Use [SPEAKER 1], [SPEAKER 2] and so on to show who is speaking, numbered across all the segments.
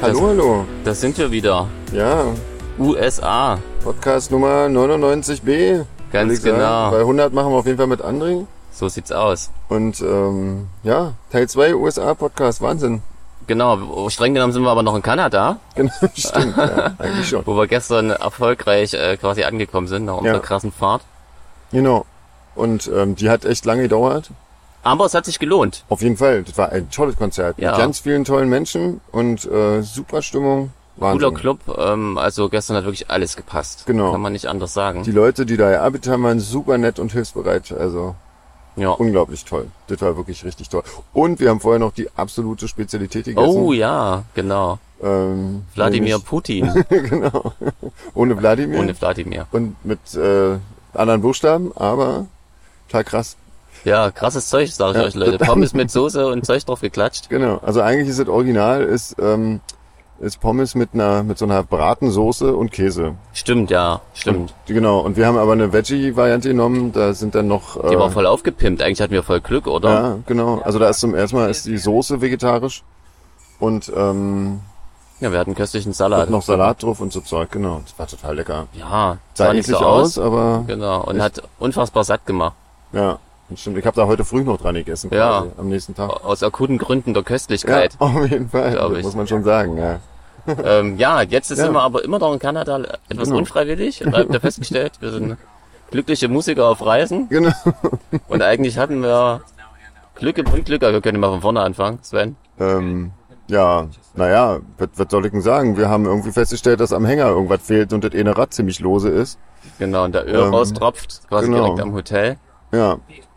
[SPEAKER 1] Hallo, hallo.
[SPEAKER 2] Das sind wir wieder.
[SPEAKER 1] Ja,
[SPEAKER 2] USA.
[SPEAKER 1] Podcast Nummer 99b.
[SPEAKER 2] Ganz
[SPEAKER 1] würde ich sagen.
[SPEAKER 2] genau.
[SPEAKER 1] Bei 100 machen wir auf jeden Fall mit André.
[SPEAKER 2] So sieht's aus.
[SPEAKER 1] Und ähm, ja, Teil 2 USA-Podcast, Wahnsinn.
[SPEAKER 2] Genau, streng genommen sind wir aber noch in Kanada,
[SPEAKER 1] Genau, stimmt. Ja, eigentlich schon.
[SPEAKER 2] wo wir gestern erfolgreich äh, quasi angekommen sind nach unserer
[SPEAKER 1] Ja.
[SPEAKER 2] krassen Fahrt.
[SPEAKER 1] Genau. Und ähm, die hat echt lange gedauert.
[SPEAKER 2] Aber es hat sich gelohnt.
[SPEAKER 1] Auf jeden Fall, das war ein tolles Konzert.
[SPEAKER 2] Ja.
[SPEAKER 1] Mit ganz vielen tollen Menschen und äh, super Stimmung. Wahnsinn.
[SPEAKER 2] Cooler Club, ähm, also gestern hat wirklich alles gepasst.
[SPEAKER 1] Genau.
[SPEAKER 2] Kann man nicht anders sagen.
[SPEAKER 1] Die Leute, die da gearbeitet haben, waren super nett und hilfsbereit. Also
[SPEAKER 2] Ja.
[SPEAKER 1] unglaublich toll. Das war wirklich richtig toll. Und wir haben vorher noch die absolute Spezialität gegessen.
[SPEAKER 2] Oh ja, genau.
[SPEAKER 1] ähm,
[SPEAKER 2] Wladimir Putin
[SPEAKER 1] genau. Ohne Wladimir
[SPEAKER 2] ohne Wladimir.
[SPEAKER 1] und mit äh, anderen Buchstaben, aber total krass.
[SPEAKER 2] Ja, krasses Zeug, sage ich
[SPEAKER 1] Ja.
[SPEAKER 2] euch Leute. Pommes mit Soße und Zeug drauf geklatscht.
[SPEAKER 1] Genau. Also eigentlich ist das Original ist ähm, ist Pommes mit einer mit so einer Bratensoße und Käse.
[SPEAKER 2] Stimmt, ja, stimmt.
[SPEAKER 1] Und, genau. Und wir haben aber eine Veggie-Variante genommen. Da sind dann noch äh,
[SPEAKER 2] Die war voll aufgepimpt. Eigentlich hatten wir voll Glück, oder?
[SPEAKER 1] ja genau. Also da ist zum ersten Mal ist die Soße vegetarisch und ähm,
[SPEAKER 2] Ja, wir hatten köstlichen
[SPEAKER 1] hat
[SPEAKER 2] Salat.
[SPEAKER 1] noch Salat drauf und so Zeug. Genau. Das war total lecker.
[SPEAKER 2] Ja,
[SPEAKER 1] Sah
[SPEAKER 2] sah nicht so
[SPEAKER 1] eklig
[SPEAKER 2] aus.
[SPEAKER 1] aus, aber
[SPEAKER 2] Genau, und hat unfassbar satt gemacht.
[SPEAKER 1] ja. das Stimmt, ich habe da heute früh noch dran gegessen,
[SPEAKER 2] Ja.
[SPEAKER 1] quasi, am nächsten Tag.
[SPEAKER 2] Aus akuten Gründen der
[SPEAKER 1] Ja,
[SPEAKER 2] Köstlichkeit.
[SPEAKER 1] auf jeden Fall,
[SPEAKER 2] Glaub
[SPEAKER 1] das
[SPEAKER 2] ich.
[SPEAKER 1] muss man schon sagen, ja.
[SPEAKER 2] Ja, ähm, ja jetzt sind
[SPEAKER 1] Ja.
[SPEAKER 2] wir aber immer noch in Kanada etwas
[SPEAKER 1] Genau.
[SPEAKER 2] unfreiwillig. Da habt ihr festgestellt, wir sind glückliche Musiker auf Reisen.
[SPEAKER 1] Genau.
[SPEAKER 2] Und eigentlich hatten wir Glück im Unglück. Aber wir können mal von vorne anfangen, Sven.
[SPEAKER 1] Ähm, ja, naja, was, was soll ich denn sagen? Wir haben irgendwie festgestellt, dass am Hänger irgendwas fehlt und das eine Rad ziemlich lose ist.
[SPEAKER 2] Genau, und der Öl
[SPEAKER 1] Ähm,
[SPEAKER 2] raustropft, quasi
[SPEAKER 1] genau.
[SPEAKER 2] direkt am Hotel.
[SPEAKER 1] Ja.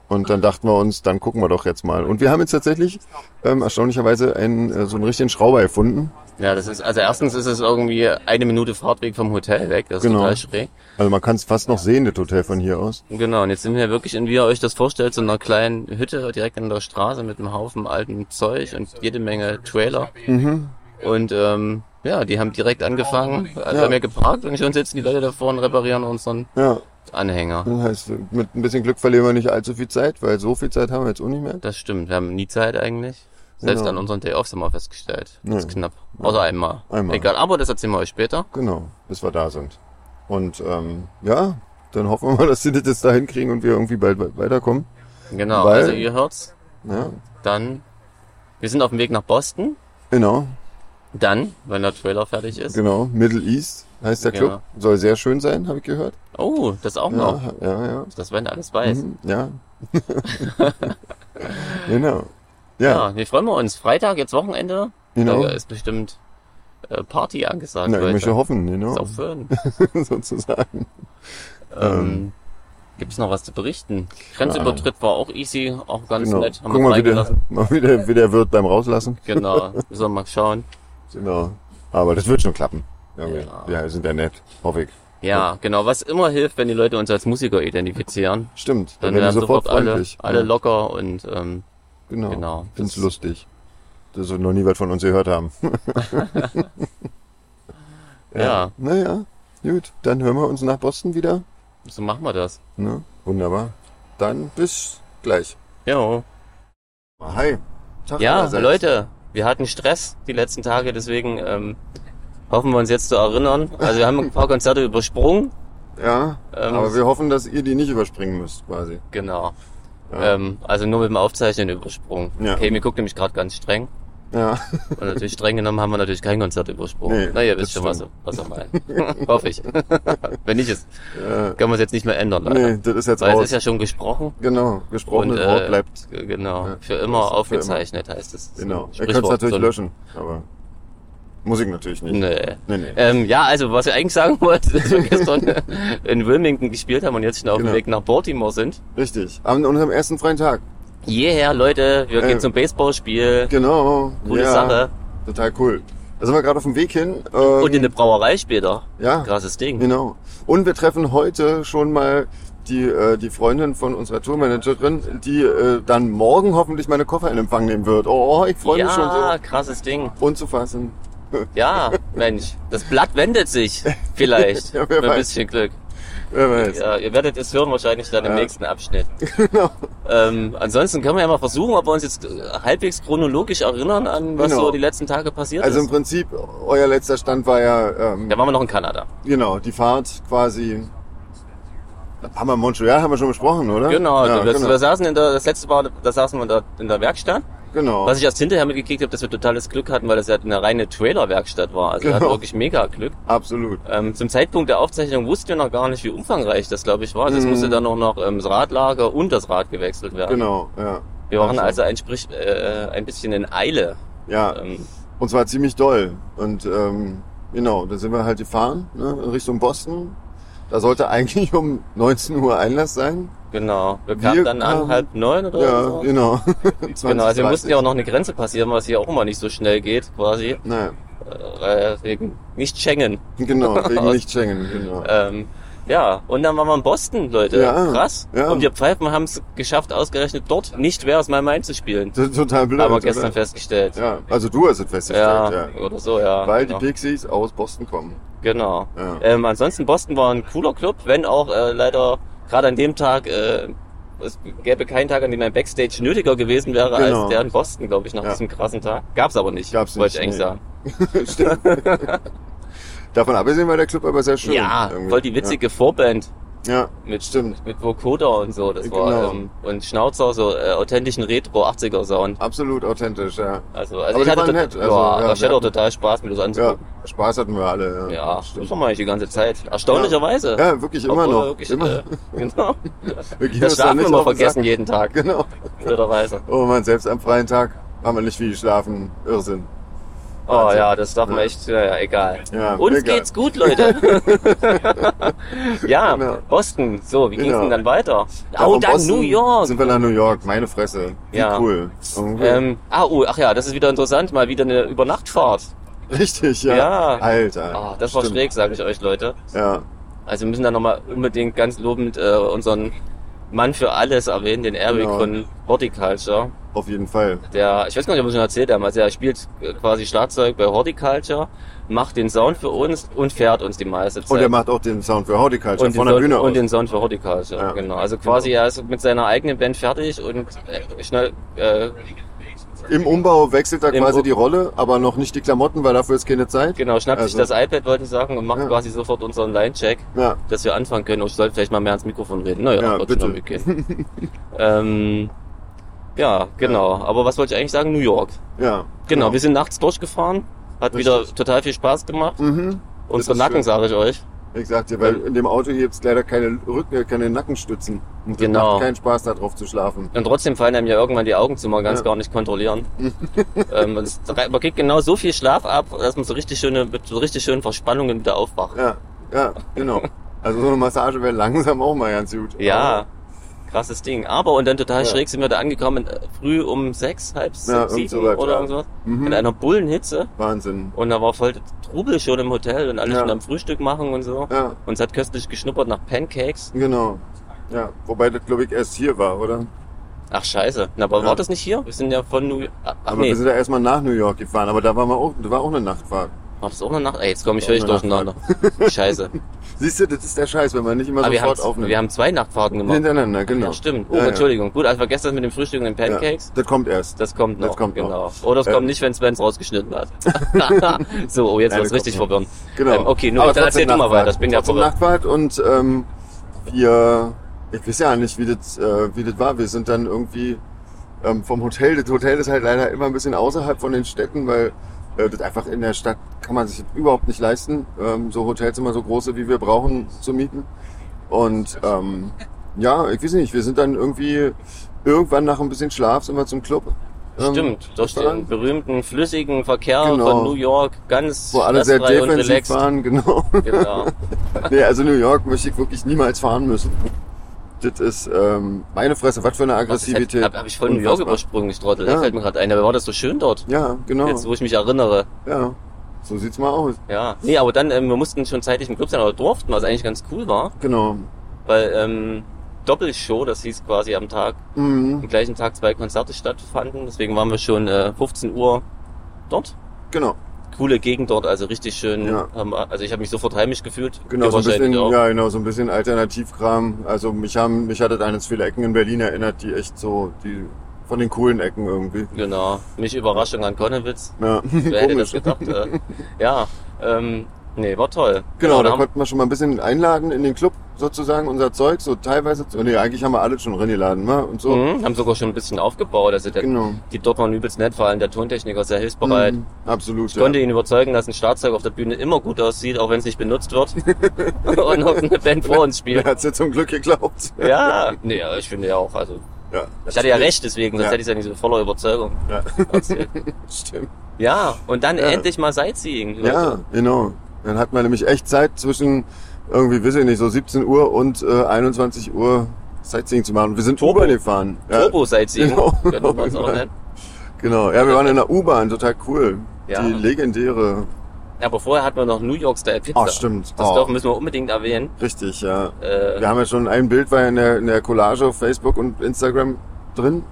[SPEAKER 1] Und dann dachten wir uns, dann gucken wir doch jetzt mal. Und wir haben jetzt tatsächlich ähm, erstaunlicherweise einen, äh, so einen richtigen Schrauber gefunden.
[SPEAKER 2] Ja, das ist, also erstens ist es irgendwie eine Minute Fahrtweg vom Hotel weg. Das ist
[SPEAKER 1] Genau.
[SPEAKER 2] total schräg.
[SPEAKER 1] Also man kann es fast noch sehen, das Hotel von hier aus.
[SPEAKER 2] Genau, und jetzt sind wir wirklich in, wie ihr euch das vorstellt, so einer kleinen Hütte direkt an der Straße mit einem Haufen alten Zeug und jede Menge Trailer.
[SPEAKER 1] Mhm.
[SPEAKER 2] Und ähm, ja, die haben direkt angefangen, also haben wir geparkt und schon sitzen die Leute da vorne und reparieren unseren
[SPEAKER 1] Ja,
[SPEAKER 2] Anhänger.
[SPEAKER 1] das heißt, mit ein bisschen Glück verlieren wir nicht allzu viel Zeit, weil so viel Zeit haben wir jetzt auch nicht mehr.
[SPEAKER 2] Das stimmt, wir haben nie Zeit eigentlich. Selbst
[SPEAKER 1] Genau.
[SPEAKER 2] an unseren Day-Offs haben wir festgestellt. Das ist
[SPEAKER 1] Nee.
[SPEAKER 2] knapp. Außer einmal.
[SPEAKER 1] Einmal.
[SPEAKER 2] Egal, aber das erzählen wir euch später.
[SPEAKER 1] Genau, bis wir da sind. Und ähm, ja, dann hoffen wir mal, dass sie das jetzt da hinkriegen und wir irgendwie bald we- weiterkommen.
[SPEAKER 2] Genau,
[SPEAKER 1] Weil-
[SPEAKER 2] also ihr hört's.
[SPEAKER 1] Ja,
[SPEAKER 2] Dann, wir sind auf dem Weg nach Boston.
[SPEAKER 1] genau.
[SPEAKER 2] Dann, wenn der Trailer fertig ist.
[SPEAKER 1] Genau, Middle East heißt der
[SPEAKER 2] Ja.
[SPEAKER 1] Club. Soll sehr schön sein, habe ich gehört.
[SPEAKER 2] Oh, das auch noch.
[SPEAKER 1] Ja, ja, ja.
[SPEAKER 2] Das wenn alles weiß.
[SPEAKER 1] Mhm, ja. genau. Ja,
[SPEAKER 2] Ja, wir freuen wir uns. Freitag, jetzt Wochenende.
[SPEAKER 1] genau.
[SPEAKER 2] Da ist bestimmt äh, Party angesagt.
[SPEAKER 1] Na, ich
[SPEAKER 2] Leute.
[SPEAKER 1] möchte hoffen,
[SPEAKER 2] Ist
[SPEAKER 1] genau,
[SPEAKER 2] auch schön.
[SPEAKER 1] sozusagen.
[SPEAKER 2] ähm, Gibt es noch was zu berichten? Grenzübertritt war auch easy, auch ganz
[SPEAKER 1] Genau.
[SPEAKER 2] nett. Haben
[SPEAKER 1] Guck
[SPEAKER 2] wir
[SPEAKER 1] mal, wie der,
[SPEAKER 2] freigelassen.
[SPEAKER 1] mal wie, der, wie der wird beim Rauslassen.
[SPEAKER 2] Genau, müssen wir mal schauen.
[SPEAKER 1] Genau. Aber das wird schon klappen. Irgendwie.
[SPEAKER 2] Ja.
[SPEAKER 1] Ja, wir sind ja nett, hoffe ich.
[SPEAKER 2] Ja, genau. Was immer hilft, wenn die Leute uns als Musiker identifizieren,
[SPEAKER 1] Stimmt, werden
[SPEAKER 2] dann
[SPEAKER 1] wir
[SPEAKER 2] werden
[SPEAKER 1] sofort,
[SPEAKER 2] alle,
[SPEAKER 1] freundlich.
[SPEAKER 2] alle
[SPEAKER 1] Ja.
[SPEAKER 2] locker und ähm,
[SPEAKER 1] Genau.
[SPEAKER 2] Genau.
[SPEAKER 1] Find's
[SPEAKER 2] Das-
[SPEAKER 1] lustig. Dass wir noch nie was von uns gehört haben.
[SPEAKER 2] Ja.
[SPEAKER 1] Naja, gut. Dann hören wir uns nach Boston wieder.
[SPEAKER 2] so machen wir das.
[SPEAKER 1] Ne? Wunderbar. Dann bis gleich.
[SPEAKER 2] Jo.
[SPEAKER 1] Hi. Tag
[SPEAKER 2] Ja,
[SPEAKER 1] allerseits.
[SPEAKER 2] Leute, wir hatten Stress die letzten Tage, deswegen ähm, hoffen wir uns jetzt zu erinnern. Also wir haben ein paar Konzerte übersprungen.
[SPEAKER 1] Ja,
[SPEAKER 2] Ähm,
[SPEAKER 1] aber wir hoffen, dass ihr die nicht überspringen müsst, quasi.
[SPEAKER 2] Genau.
[SPEAKER 1] Ja.
[SPEAKER 2] Ähm, also nur mit dem Aufzeichnen übersprungen.
[SPEAKER 1] Ja.
[SPEAKER 2] Okay, mir guckt nämlich gerade ganz streng.
[SPEAKER 1] Ja.
[SPEAKER 2] Und natürlich streng genommen haben wir natürlich kein Konzert übersprungen.
[SPEAKER 1] Nee,
[SPEAKER 2] Na, ihr
[SPEAKER 1] das
[SPEAKER 2] wisst schon, was, was er meint. Hoffe ich. Wenn nicht, ist,
[SPEAKER 1] äh,
[SPEAKER 2] können wir es jetzt nicht mehr ändern. Leider.
[SPEAKER 1] nee, das ist jetzt
[SPEAKER 2] Weil es
[SPEAKER 1] raus.
[SPEAKER 2] ist ja äh, schon gesprochen.
[SPEAKER 1] genau, gesprochenes Wort bleibt.
[SPEAKER 2] g- Genau,
[SPEAKER 1] Ja,
[SPEAKER 2] für
[SPEAKER 1] das
[SPEAKER 2] immer
[SPEAKER 1] ist für
[SPEAKER 2] aufgezeichnet heißt es.
[SPEAKER 1] Genau. Ihr
[SPEAKER 2] Sprichwort,
[SPEAKER 1] könnt's natürlich
[SPEAKER 2] so ein-
[SPEAKER 1] löschen, aber Musik natürlich nicht.
[SPEAKER 2] Nee.
[SPEAKER 1] Nee, nee.
[SPEAKER 2] Ähm, ja, also was ich eigentlich sagen wollte, dass wir gestern in Wilmington gespielt haben und jetzt schon auf dem
[SPEAKER 1] Genau.
[SPEAKER 2] Weg nach Baltimore sind.
[SPEAKER 1] Richtig. An unserem ersten freien Tag.
[SPEAKER 2] Yeah, Leute, wir
[SPEAKER 1] Äh,
[SPEAKER 2] gehen zum Baseballspiel
[SPEAKER 1] Genau.
[SPEAKER 2] Äh, Coole
[SPEAKER 1] ja,
[SPEAKER 2] Sache.
[SPEAKER 1] Total cool. Da sind wir gerade auf dem Weg hin. Ähm,
[SPEAKER 2] und in eine Brauerei später.
[SPEAKER 1] ja,
[SPEAKER 2] Krasses Ding.
[SPEAKER 1] genau. Und wir treffen heute schon mal die, äh, die Freundin von unserer Tourmanagerin, die äh, dann morgen hoffentlich meine Koffer in Empfang nehmen wird. Oh, ich freue mich schon
[SPEAKER 2] ja,
[SPEAKER 1] so.
[SPEAKER 2] krasses Ding.
[SPEAKER 1] Unzufassen.
[SPEAKER 2] Ja, Mensch, das Blatt wendet sich vielleicht
[SPEAKER 1] Ja,
[SPEAKER 2] mit
[SPEAKER 1] wer
[SPEAKER 2] ein
[SPEAKER 1] weiß.
[SPEAKER 2] bisschen Glück.
[SPEAKER 1] Wer weiß.
[SPEAKER 2] Ja, ihr werdet es hören wahrscheinlich dann im
[SPEAKER 1] Ja.
[SPEAKER 2] nächsten Abschnitt.
[SPEAKER 1] Genau.
[SPEAKER 2] Ähm, ansonsten können wir ja mal versuchen, ob wir uns jetzt halbwegs chronologisch erinnern an was
[SPEAKER 1] Genau.
[SPEAKER 2] so die letzten Tage passiert
[SPEAKER 1] Also im
[SPEAKER 2] ist.
[SPEAKER 1] Prinzip, euer letzter Stand war ja, ähm,
[SPEAKER 2] Da waren wir noch in Kanada.
[SPEAKER 1] genau, die Fahrt quasi. Haben wir Montreal, haben wir schon besprochen, oder?
[SPEAKER 2] Genau,
[SPEAKER 1] ja,
[SPEAKER 2] wir,
[SPEAKER 1] genau.
[SPEAKER 2] wir saßen in der, das letzte Mal, da saßen wir in der, in der Werkstatt.
[SPEAKER 1] genau.
[SPEAKER 2] Was ich erst hinterher mitgekriegt habe, dass wir totales Glück hatten, weil das ja eine reine Trailer-Werkstatt war. Also wir hatten
[SPEAKER 1] Genau.
[SPEAKER 2] wirklich mega Glück.
[SPEAKER 1] Absolut.
[SPEAKER 2] Ähm, zum Zeitpunkt der Aufzeichnung wussten wir noch gar nicht, wie umfangreich das, glaube ich, war. Also es
[SPEAKER 1] Mhm.
[SPEAKER 2] musste dann auch noch ähm, das Radlager und das Rad gewechselt werden.
[SPEAKER 1] Genau, ja.
[SPEAKER 2] Wir waren
[SPEAKER 1] Also.
[SPEAKER 2] also ein, sprich, äh, ein bisschen in Eile.
[SPEAKER 1] Ja,
[SPEAKER 2] Ähm,
[SPEAKER 1] und zwar ziemlich doll. Und ähm, genau, da sind wir halt gefahren, ne, in Richtung Boston. Da sollte eigentlich um 19 Uhr Einlass sein.
[SPEAKER 2] genau. Wir kamen
[SPEAKER 1] Wir
[SPEAKER 2] dann an
[SPEAKER 1] kamen-
[SPEAKER 2] halb neun oder
[SPEAKER 1] Ja,
[SPEAKER 2] so.
[SPEAKER 1] genau. 20,
[SPEAKER 2] Genau, also wir mussten
[SPEAKER 1] 30.
[SPEAKER 2] ja auch noch eine Grenze passieren, was hier auch immer nicht so schnell geht, quasi.
[SPEAKER 1] Naja,
[SPEAKER 2] Äh, wegen nicht Schengen.
[SPEAKER 1] genau, wegen nicht Schengen, genau.
[SPEAKER 2] Ähm, ja, und dann waren wir in Boston, Leute.
[SPEAKER 1] Ja,
[SPEAKER 2] Krass.
[SPEAKER 1] ja.
[SPEAKER 2] Und wir Pfeifen haben es geschafft, ausgerechnet dort nicht wer aus meinem einzuspielen.
[SPEAKER 1] Das ist Total blöd.
[SPEAKER 2] Aber gestern
[SPEAKER 1] oder?
[SPEAKER 2] festgestellt.
[SPEAKER 1] Ja, also du hast es
[SPEAKER 2] Ja,
[SPEAKER 1] festgestellt, ja.
[SPEAKER 2] oder so, ja.
[SPEAKER 1] Weil
[SPEAKER 2] genau.
[SPEAKER 1] die Pixies aus Boston kommen.
[SPEAKER 2] Genau.
[SPEAKER 1] Ja.
[SPEAKER 2] Ähm, ansonsten Boston war ein cooler Club, wenn auch äh, leider gerade an dem Tag, äh, es gäbe keinen Tag, an dem ein Backstage nötiger gewesen wäre
[SPEAKER 1] Genau.
[SPEAKER 2] als der in Boston, glaube ich, nach
[SPEAKER 1] Ja.
[SPEAKER 2] diesem krassen Tag. Gab's aber nicht,
[SPEAKER 1] Gab's
[SPEAKER 2] wollte
[SPEAKER 1] nicht,
[SPEAKER 2] ich eigentlich
[SPEAKER 1] nee.
[SPEAKER 2] sagen.
[SPEAKER 1] Stimmt. Davon abgesehen war der Club aber sehr schön.
[SPEAKER 2] ja,
[SPEAKER 1] irgendwie.
[SPEAKER 2] voll die witzige Vorband
[SPEAKER 1] Ja,
[SPEAKER 2] mit
[SPEAKER 1] Stimmt.
[SPEAKER 2] mit Vokoda und so, das
[SPEAKER 1] Genau.
[SPEAKER 2] war ähm, und Schnauzer so äh, authentischen Retro 80er Sound.
[SPEAKER 1] ja, absolut authentisch, ja.
[SPEAKER 2] Also,
[SPEAKER 1] Aber
[SPEAKER 2] also ich
[SPEAKER 1] die
[SPEAKER 2] hatte
[SPEAKER 1] waren
[SPEAKER 2] tot-
[SPEAKER 1] nett, also,
[SPEAKER 2] ja,
[SPEAKER 1] ja,
[SPEAKER 2] ich hatte
[SPEAKER 1] wir
[SPEAKER 2] auch total Spaß mir das
[SPEAKER 1] Ja,
[SPEAKER 2] anzugucken.
[SPEAKER 1] Spaß hatten wir alle.
[SPEAKER 2] Ja,
[SPEAKER 1] Ja,
[SPEAKER 2] das schon mal ich die ganze Zeit. Erstaunlicherweise.
[SPEAKER 1] Ja, wirklich immer
[SPEAKER 2] Obwohl,
[SPEAKER 1] noch.
[SPEAKER 2] Wirklich,
[SPEAKER 1] immer.
[SPEAKER 2] Äh, genau.
[SPEAKER 1] Wir gehen
[SPEAKER 2] Das
[SPEAKER 1] uns da
[SPEAKER 2] Schlafen
[SPEAKER 1] nicht
[SPEAKER 2] immer
[SPEAKER 1] auf den
[SPEAKER 2] vergessen
[SPEAKER 1] Sack.
[SPEAKER 2] jeden Tag,
[SPEAKER 1] Genau.
[SPEAKER 2] blöderweise.
[SPEAKER 1] Oh man, selbst am freien Tag haben wir nicht viel geschlafen. Irrsinn.
[SPEAKER 2] Oh ja, das darf man echt, naja, egal.
[SPEAKER 1] Ja,
[SPEAKER 2] Uns
[SPEAKER 1] egal.
[SPEAKER 2] geht's gut, Leute. ja,
[SPEAKER 1] Genau.
[SPEAKER 2] Boston. So, wie ging's
[SPEAKER 1] Genau.
[SPEAKER 2] denn dann weiter?
[SPEAKER 1] Ja,
[SPEAKER 2] oh,
[SPEAKER 1] von
[SPEAKER 2] dann
[SPEAKER 1] Boston
[SPEAKER 2] New York.
[SPEAKER 1] Sind wir nach New York, meine Fresse. Wie
[SPEAKER 2] Ja.
[SPEAKER 1] cool. Irgendwie.
[SPEAKER 2] Ähm, ah, oh, ach ja, das ist wieder interessant, mal wieder eine Übernachtfahrt.
[SPEAKER 1] Richtig, ja.
[SPEAKER 2] ja.
[SPEAKER 1] Alter.
[SPEAKER 2] Ah, das war
[SPEAKER 1] Stimmt.
[SPEAKER 2] schräg, sage ich euch, Leute.
[SPEAKER 1] Ja,
[SPEAKER 2] Also wir müssen da nochmal unbedingt ganz lobend äh, unseren Mann für alles erwähnen, den Eric
[SPEAKER 1] Genau.
[SPEAKER 2] von Horticulture.
[SPEAKER 1] auf jeden Fall.
[SPEAKER 2] Der, ich weiß gar nicht, ob wir schon erzählt haben, also er spielt äh, quasi Schlagzeug bei Horticulture, macht den Sound für uns und fährt uns die meiste Zeit.
[SPEAKER 1] Und er macht auch den Sound für Horticulture
[SPEAKER 2] und den
[SPEAKER 1] von der
[SPEAKER 2] Sound-
[SPEAKER 1] Bühne aus.
[SPEAKER 2] Und den Sound für Horticulture,
[SPEAKER 1] Ja.
[SPEAKER 2] genau. Also quasi er ist mit seiner eigenen Band fertig und äh, schnell, äh,
[SPEAKER 1] Im Umbau wechselt er
[SPEAKER 2] Im
[SPEAKER 1] quasi
[SPEAKER 2] Um-
[SPEAKER 1] die Rolle, aber noch nicht die Klamotten, weil dafür ist keine Zeit.
[SPEAKER 2] genau, schnappt
[SPEAKER 1] Also-
[SPEAKER 2] sich das iPad, wollte ich sagen, und macht
[SPEAKER 1] Ja.
[SPEAKER 2] quasi sofort unseren Line-Check.
[SPEAKER 1] Ja,
[SPEAKER 2] dass wir anfangen können. Und ich sollte vielleicht mal mehr ans Mikrofon reden. Naja,
[SPEAKER 1] Ja,
[SPEAKER 2] wird
[SPEAKER 1] bitte.
[SPEAKER 2] schon mitgehen. ähm, ja, genau. Aber was wollte ich eigentlich sagen? New York.
[SPEAKER 1] ja.
[SPEAKER 2] Genau, wir sind nachts durchgefahren. Hat
[SPEAKER 1] Richtig.
[SPEAKER 2] wieder total viel Spaß gemacht.
[SPEAKER 1] Mhm.
[SPEAKER 2] Unsere
[SPEAKER 1] ist
[SPEAKER 2] Nacken,
[SPEAKER 1] schön.
[SPEAKER 2] sage ich euch.
[SPEAKER 1] Ich sag dir, weil in dem Auto hier gibt's leider keine Rücken, keine Nackenstützen. Und das
[SPEAKER 2] Genau.
[SPEAKER 1] macht keinen Spaß, da drauf zu schlafen.
[SPEAKER 2] Und trotzdem fallen einem ja irgendwann die Augen zu, man ganz
[SPEAKER 1] Ja.
[SPEAKER 2] gar nicht kontrollieren. ähm, das- man kriegt genau so viel Schlaf ab, dass man so richtig schöne, mit so richtig schönen Verspannungen wieder aufwacht.
[SPEAKER 1] Ja, ja, genau. Also so eine Massage wäre langsam auch mal ganz gut.
[SPEAKER 2] Ja, krasses Ding. Aber und dann total
[SPEAKER 1] Ja.
[SPEAKER 2] schräg sind wir da angekommen, äh, früh um sechs, halb
[SPEAKER 1] Ja,
[SPEAKER 2] sechs,
[SPEAKER 1] irgend
[SPEAKER 2] sieben
[SPEAKER 1] sowas,
[SPEAKER 2] oder
[SPEAKER 1] ja.
[SPEAKER 2] irgendwas.
[SPEAKER 1] Mhm.
[SPEAKER 2] In einer Bullenhitze.
[SPEAKER 1] Wahnsinn.
[SPEAKER 2] Und da war voll Trubel schon im Hotel und alle
[SPEAKER 1] Ja.
[SPEAKER 2] schon am Frühstück machen und so.
[SPEAKER 1] Ja,
[SPEAKER 2] Und es hat köstlich geschnuppert nach Pancakes.
[SPEAKER 1] genau. Ja, wobei das glaube ich erst hier war, oder?
[SPEAKER 2] Ach scheiße. Na, aber
[SPEAKER 1] Ja.
[SPEAKER 2] war das nicht hier? Wir sind ja von New York. Ach
[SPEAKER 1] Aber
[SPEAKER 2] nee,
[SPEAKER 1] wir sind ja erstmal nach New York gefahren, aber da waren wir auch, das war auch eine Nachtfahrt.
[SPEAKER 2] war das auch eine Nacht? Ey, jetzt komme ich
[SPEAKER 1] War auch
[SPEAKER 2] völlig
[SPEAKER 1] eine
[SPEAKER 2] durcheinander. scheiße.
[SPEAKER 1] Siehst du, das ist der Scheiß, wenn man nicht immer
[SPEAKER 2] aber wir haben,
[SPEAKER 1] sofort aufnimmt.
[SPEAKER 2] wir haben zwei Nachtfahrten gemacht.
[SPEAKER 1] Hintereinander, genau.
[SPEAKER 2] Ja, stimmt. Oh,
[SPEAKER 1] Ja, ja.
[SPEAKER 2] Entschuldigung. Gut, also vergesst das mit dem Frühstück und den
[SPEAKER 1] Ja,
[SPEAKER 2] Pancakes.
[SPEAKER 1] das kommt erst.
[SPEAKER 2] Das kommt noch.
[SPEAKER 1] Das kommt
[SPEAKER 2] genau.
[SPEAKER 1] noch. Äh.
[SPEAKER 2] Oder es
[SPEAKER 1] Ja.
[SPEAKER 2] kommt nicht, wenn Sven's rausgeschnitten hat. so, oh, jetzt
[SPEAKER 1] Nein,
[SPEAKER 2] wird's
[SPEAKER 1] das
[SPEAKER 2] richtig
[SPEAKER 1] kommt
[SPEAKER 2] verwirrend.
[SPEAKER 1] Genau.
[SPEAKER 2] Ähm, okay, nur- dann
[SPEAKER 1] trotzdem
[SPEAKER 2] erzähl du mal
[SPEAKER 1] Nachtfahrt.
[SPEAKER 2] weiter, ich bin ja
[SPEAKER 1] Trotzdem
[SPEAKER 2] verwirrt.
[SPEAKER 1] Nachtfahrt und ähm, wir, ich weiß ja nicht, wie das, äh, wie das war. Wir sind dann irgendwie ähm, vom Hotel. Das Hotel ist halt leider immer ein bisschen außerhalb von den Städten, weil äh, das einfach in der Stadt kann man sich überhaupt nicht leisten, ähm, so Hotelzimmer so große, wie wir brauchen, zu mieten. Und ähm, ja, ich weiß nicht, wir sind dann irgendwie irgendwann nach ein bisschen Schlaf sind wir zum Club. ähm,
[SPEAKER 2] Stimmt, durch
[SPEAKER 1] gefahren,
[SPEAKER 2] den berühmten flüssigen Verkehr
[SPEAKER 1] Genau.
[SPEAKER 2] von New York, ganz
[SPEAKER 1] Wo alle sehr
[SPEAKER 2] stressfrei und
[SPEAKER 1] defensiv
[SPEAKER 2] relaxed.
[SPEAKER 1] waren, genau.
[SPEAKER 2] Genau.
[SPEAKER 1] Nee, also New York möchte ich wirklich niemals fahren müssen. Das ist ähm, meine Fresse, was für eine Aggressivität.
[SPEAKER 2] Habe hab ich voll New York
[SPEAKER 1] Unfassbar.
[SPEAKER 2] übersprungen, ich Trottel.
[SPEAKER 1] Ja.
[SPEAKER 2] Das fällt mir gerade ein. Aber war das so schön dort?
[SPEAKER 1] Ja, genau.
[SPEAKER 2] Jetzt, wo ich mich erinnere.
[SPEAKER 1] Ja, so sieht's mal aus.
[SPEAKER 2] Ja. Nee, aber dann, ähm, wir mussten schon zeitlich im Club sein, aber durften, was eigentlich ganz cool war.
[SPEAKER 1] Genau.
[SPEAKER 2] Weil, ähm, Doppelshow, das hieß quasi am Tag,
[SPEAKER 1] Mhm.
[SPEAKER 2] am gleichen Tag zwei Konzerte stattfanden. Deswegen waren wir schon äh, 15 Uhr dort.
[SPEAKER 1] Genau.
[SPEAKER 2] coole Gegend dort, also richtig schön.
[SPEAKER 1] Ja.
[SPEAKER 2] Haben, also ich habe mich sofort heimisch gefühlt.
[SPEAKER 1] Genau,
[SPEAKER 2] Ihr
[SPEAKER 1] so ein
[SPEAKER 2] wahrscheinlich
[SPEAKER 1] bisschen,
[SPEAKER 2] auch.
[SPEAKER 1] ja, genau, so ein bisschen Alternativkram. Also mich haben, mich hat das an jetzt viele Ecken in Berlin erinnert, die echt so, die von den coolen Ecken irgendwie.
[SPEAKER 2] Genau. Mich Überraschung an Konnewitz.
[SPEAKER 1] Ja,
[SPEAKER 2] Wer hätte das
[SPEAKER 1] komisch.
[SPEAKER 2] gedacht? Äh, ja, ähm, nee, war toll.
[SPEAKER 1] Genau,
[SPEAKER 2] da
[SPEAKER 1] da
[SPEAKER 2] haben-
[SPEAKER 1] konnten wir schon mal ein bisschen einladen in den Club, sozusagen, unser Zeug, so teilweise. zu- Nee, eigentlich haben wir alle schon reingeladen, ne? Und so.
[SPEAKER 2] Mhm, haben sogar schon ein bisschen aufgebaut. Also der,
[SPEAKER 1] Genau.
[SPEAKER 2] die dort waren übelst nett, vor allem der Tontechniker sehr hilfsbereit.
[SPEAKER 1] Mhm, absolut.
[SPEAKER 2] Ich konnte ihn überzeugen, dass ein Schlagzeug auf der Bühne immer gut aussieht, auch wenn es nicht benutzt wird. Und auch eine Band vor uns
[SPEAKER 1] ja. Er
[SPEAKER 2] spielt.
[SPEAKER 1] hat's ja zum Glück geglaubt.
[SPEAKER 2] Ja, nee, aber ich finde ja auch, also
[SPEAKER 1] Ja,
[SPEAKER 2] ich hatte ja recht, deswegen, sonst
[SPEAKER 1] Ja.
[SPEAKER 2] hätte ich ja nicht so voller Überzeugung
[SPEAKER 1] Ja,
[SPEAKER 2] erzählt.
[SPEAKER 1] stimmt.
[SPEAKER 2] Ja, und dann
[SPEAKER 1] Ja.
[SPEAKER 2] endlich mal Sightseeing.
[SPEAKER 1] Ja,
[SPEAKER 2] Leute.
[SPEAKER 1] genau. Dann hat man nämlich echt Zeit zwischen irgendwie, weiß ich nicht, so 17 Uhr und äh, 21 Uhr Sightseeing zu machen. Wir sind
[SPEAKER 2] Turbo.
[SPEAKER 1] U-Bahn gefahren. Ja,
[SPEAKER 2] Turbo-Sightseeing,
[SPEAKER 1] Genau.
[SPEAKER 2] könnte man es auch ne? nennen.
[SPEAKER 1] Genau. Ja, wir waren in der U-Bahn, total cool.
[SPEAKER 2] Ja.
[SPEAKER 1] Die legendäre.
[SPEAKER 2] Aber vorher hatten wir noch New York-Style Pizza.
[SPEAKER 1] Ah, stimmt.
[SPEAKER 2] Das
[SPEAKER 1] Oh.
[SPEAKER 2] dürfen müssen wir unbedingt erwähnen.
[SPEAKER 1] Richtig, ja.
[SPEAKER 2] Äh,
[SPEAKER 1] Wir haben ja schon ein Bild war ja in der, in der Collage auf Facebook und Instagram drin.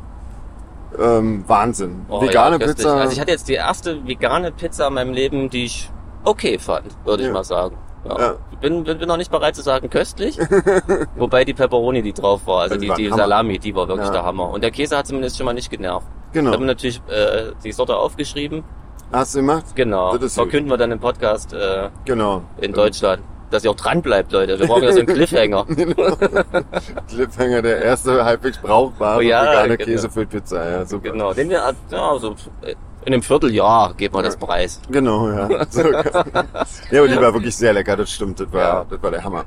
[SPEAKER 1] Ähm, Wahnsinn.
[SPEAKER 2] oh,
[SPEAKER 1] Vegane
[SPEAKER 2] ja, köstlich.
[SPEAKER 1] Pizza.
[SPEAKER 2] Also ich hatte jetzt die erste vegane Pizza in meinem Leben, die ich okay fand, würde ich
[SPEAKER 1] Ja.
[SPEAKER 2] mal sagen. Ja.
[SPEAKER 1] Ja.
[SPEAKER 2] Bin, bin, bin noch nicht bereit zu sagen köstlich, wobei die Pepperoni, die drauf war, also
[SPEAKER 1] Also
[SPEAKER 2] die,
[SPEAKER 1] die war
[SPEAKER 2] die
[SPEAKER 1] Hammer.
[SPEAKER 2] Salami, die war wirklich
[SPEAKER 1] Ja.
[SPEAKER 2] der Hammer. Und der Käse hat zumindest schon mal nicht genervt. Ich
[SPEAKER 1] genau.
[SPEAKER 2] habe natürlich äh, die Sorte aufgeschrieben.
[SPEAKER 1] Hast du gemacht?
[SPEAKER 2] Genau.
[SPEAKER 1] Das ist gut.
[SPEAKER 2] Verkünden wir dann im Podcast äh,
[SPEAKER 1] Genau.
[SPEAKER 2] in Deutschland, dass ihr auch dran bleibt, Leute. Wir brauchen ja so einen Cliffhanger.
[SPEAKER 1] Cliffhanger, der erste halbwegs brauchbare
[SPEAKER 2] Oh ja,
[SPEAKER 1] vegane
[SPEAKER 2] genau.
[SPEAKER 1] Käse für Pizza. Ja, super.
[SPEAKER 2] Genau, den wir ja, so äh, in einem Vierteljahr geben wir das Preis.
[SPEAKER 1] Genau, ja. So, ja, aber die war wirklich sehr lecker, das stimmt, das war,
[SPEAKER 2] Ja.
[SPEAKER 1] das war der Hammer.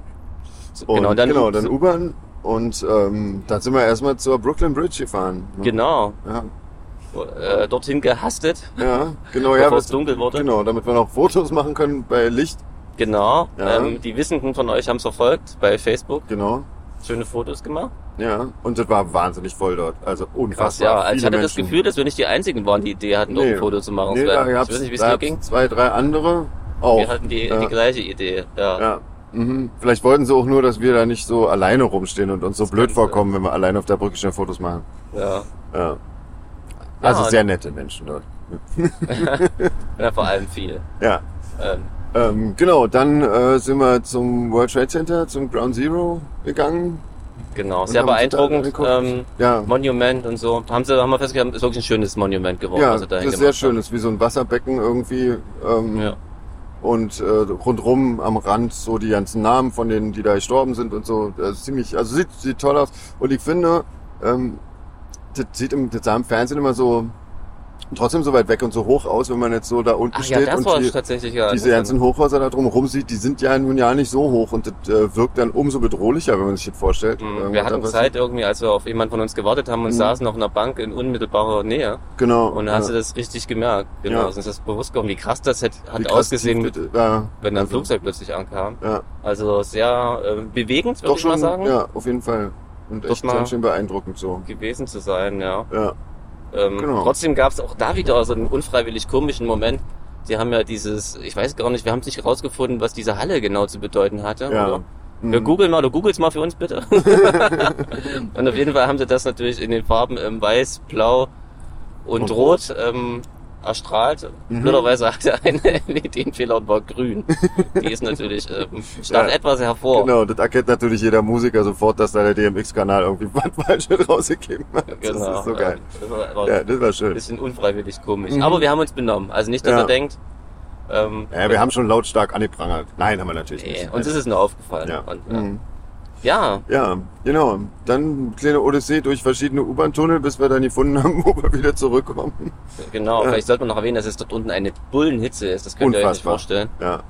[SPEAKER 1] Und
[SPEAKER 2] Genau, dann,
[SPEAKER 1] genau, dann U-Bahn und ähm, dann sind wir erstmal zur Brooklyn Bridge gefahren. ne?
[SPEAKER 2] genau
[SPEAKER 1] Ja,
[SPEAKER 2] äh, dorthin gehastet,
[SPEAKER 1] ja genau, ja.
[SPEAKER 2] bevor es
[SPEAKER 1] wir-
[SPEAKER 2] dunkel wurde. Genau.
[SPEAKER 1] Genau, damit wir noch Fotos machen können bei Licht. Ja.
[SPEAKER 2] Ähm, die Wissenden von euch haben es verfolgt bei Facebook.
[SPEAKER 1] Genau.
[SPEAKER 2] Schöne Fotos gemacht.
[SPEAKER 1] Ja, und das war wahnsinnig voll dort. Also
[SPEAKER 2] Krass,
[SPEAKER 1] unfassbar.
[SPEAKER 2] ja. Also ich
[SPEAKER 1] viele
[SPEAKER 2] hatte das
[SPEAKER 1] Menschen.
[SPEAKER 2] Gefühl, dass wir nicht die einzigen waren, die Idee hatten, dort
[SPEAKER 1] Nee.
[SPEAKER 2] ein Foto zu machen.
[SPEAKER 1] nee,
[SPEAKER 2] Es
[SPEAKER 1] da
[SPEAKER 2] war- ich
[SPEAKER 1] gab's,
[SPEAKER 2] weiß nicht, wie es
[SPEAKER 1] da
[SPEAKER 2] dir
[SPEAKER 1] gab's
[SPEAKER 2] ging.
[SPEAKER 1] zwei, drei andere auch.
[SPEAKER 2] Wir hatten die,
[SPEAKER 1] ja,
[SPEAKER 2] die gleiche Idee. Ja.
[SPEAKER 1] ja. Mhm. Vielleicht wollten sie auch nur, dass wir da nicht so alleine rumstehen und uns so blöd
[SPEAKER 2] könnte.
[SPEAKER 1] vorkommen, wenn wir alleine auf der Brücke schnell Fotos machen.
[SPEAKER 2] Ja.
[SPEAKER 1] Ja. Also
[SPEAKER 2] und-
[SPEAKER 1] sehr nette Menschen dort.
[SPEAKER 2] ja, vor allem viel.
[SPEAKER 1] Ja.
[SPEAKER 2] Ähm,
[SPEAKER 1] Ähm, genau, dann äh, sind wir zum World Trade Center, zum Ground Zero gegangen.
[SPEAKER 2] genau, sehr
[SPEAKER 1] haben uns da
[SPEAKER 2] beeindruckend.
[SPEAKER 1] angeguckt.
[SPEAKER 2] Ähm,
[SPEAKER 1] Ja.
[SPEAKER 2] Monument und so. Haben sie, haben wir festgestellt, ist wirklich ein schönes Monument geworden.
[SPEAKER 1] Ja,
[SPEAKER 2] was sie
[SPEAKER 1] das
[SPEAKER 2] dahin
[SPEAKER 1] ist sehr
[SPEAKER 2] gemacht
[SPEAKER 1] schön.
[SPEAKER 2] haben.
[SPEAKER 1] Das ist wie so ein Wasserbecken irgendwie. Ähm,
[SPEAKER 2] Ja.
[SPEAKER 1] Und äh, rundrum am Rand so die ganzen Namen von denen, die da gestorben sind und so. Das ist ziemlich, also sieht, sieht toll aus. Und ich finde, ähm, das sieht im, das sah im Fernsehen immer so trotzdem so weit weg und so hoch aus, wenn man jetzt so da unten
[SPEAKER 2] Ach ja,
[SPEAKER 1] steht
[SPEAKER 2] das
[SPEAKER 1] und
[SPEAKER 2] war Mhm.
[SPEAKER 1] die,
[SPEAKER 2] tatsächlich ja.
[SPEAKER 1] diese ganzen Hochhäuser da drumherum sieht, die sind ja nun ja nicht so hoch und das äh, wirkt dann umso bedrohlicher, wenn man sich das vorstellt.
[SPEAKER 2] Mhm.
[SPEAKER 1] Ähm,
[SPEAKER 2] Wir
[SPEAKER 1] da
[SPEAKER 2] hatten
[SPEAKER 1] was-
[SPEAKER 2] Zeit irgendwie, als wir auf jemanden von uns gewartet haben und
[SPEAKER 1] Mhm.
[SPEAKER 2] saßen auf einer Bank in unmittelbarer Nähe.
[SPEAKER 1] Genau.
[SPEAKER 2] Und da hast du das richtig gemerkt. Genau,
[SPEAKER 1] Ja.
[SPEAKER 2] uns ist das bewusst geworden, wie krass das hat,
[SPEAKER 1] Wie
[SPEAKER 2] hat
[SPEAKER 1] krass
[SPEAKER 2] ausgesehen,
[SPEAKER 1] tief
[SPEAKER 2] mit,
[SPEAKER 1] das- ja,
[SPEAKER 2] wenn dann ein
[SPEAKER 1] also,
[SPEAKER 2] Flugzeug plötzlich ankam.
[SPEAKER 1] Ja,
[SPEAKER 2] Also sehr äh, bewegend, würde
[SPEAKER 1] doch
[SPEAKER 2] ich
[SPEAKER 1] schon,
[SPEAKER 2] mal sagen,
[SPEAKER 1] ja, auf jeden Fall. Und
[SPEAKER 2] Doch
[SPEAKER 1] echt
[SPEAKER 2] mal-
[SPEAKER 1] ganz schön beeindruckend so.
[SPEAKER 2] gewesen zu sein, ja.
[SPEAKER 1] Ja,
[SPEAKER 2] Ähm,
[SPEAKER 1] Genau.
[SPEAKER 2] Trotzdem gab es auch da wieder so einen unfreiwillig komischen Moment. Die haben ja dieses, ich weiß gar nicht, wir haben es nicht rausgefunden, was diese Halle genau zu bedeuten hatte,
[SPEAKER 1] Ja.
[SPEAKER 2] oder?
[SPEAKER 1] Mhm.
[SPEAKER 2] Wir googeln Äh, mal, du googelst mal für uns bitte. und auf jeden Fall haben sie das natürlich in den Farben ähm, weiß, blau und,
[SPEAKER 1] Und Mhm.
[SPEAKER 2] rot ähm, erstrahlt. Blöderweise hatte eine LED-Fehler und war grün. Die ist natürlich, ähm, stand
[SPEAKER 1] Ja.
[SPEAKER 2] etwas hervor.
[SPEAKER 1] genau. Das erkennt natürlich jeder Musiker sofort, dass da der DMX-Kanal irgendwie was Falsches rausgegeben hat. Das ist so geil.
[SPEAKER 2] Ähm, das war-
[SPEAKER 1] Ja, das war
[SPEAKER 2] ein
[SPEAKER 1] schön.
[SPEAKER 2] bisschen unfreiwillig komisch.
[SPEAKER 1] Mhm.
[SPEAKER 2] Aber wir haben uns benommen. Also nicht, dass
[SPEAKER 1] Ja.
[SPEAKER 2] er denkt. Ähm,
[SPEAKER 1] Ja, wir haben schon lautstark angeprangert. Nein, haben wir natürlich
[SPEAKER 2] nee,
[SPEAKER 1] nicht.
[SPEAKER 2] uns ist es nur aufgefallen.
[SPEAKER 1] ja.
[SPEAKER 2] Und, äh,
[SPEAKER 1] Mhm.
[SPEAKER 2] ja,
[SPEAKER 1] Ja, genau. Dann kleine Odyssee durch verschiedene U-Bahn-Tunnel, bis wir dann gefunden haben, wo wir wieder zurückkommen.
[SPEAKER 2] genau. Vielleicht sollte man noch erwähnen, dass es dort unten eine Bullenhitze ist. Das könnt ihr euch nicht
[SPEAKER 1] Unfassbar.
[SPEAKER 2] vorstellen.
[SPEAKER 1] Ja,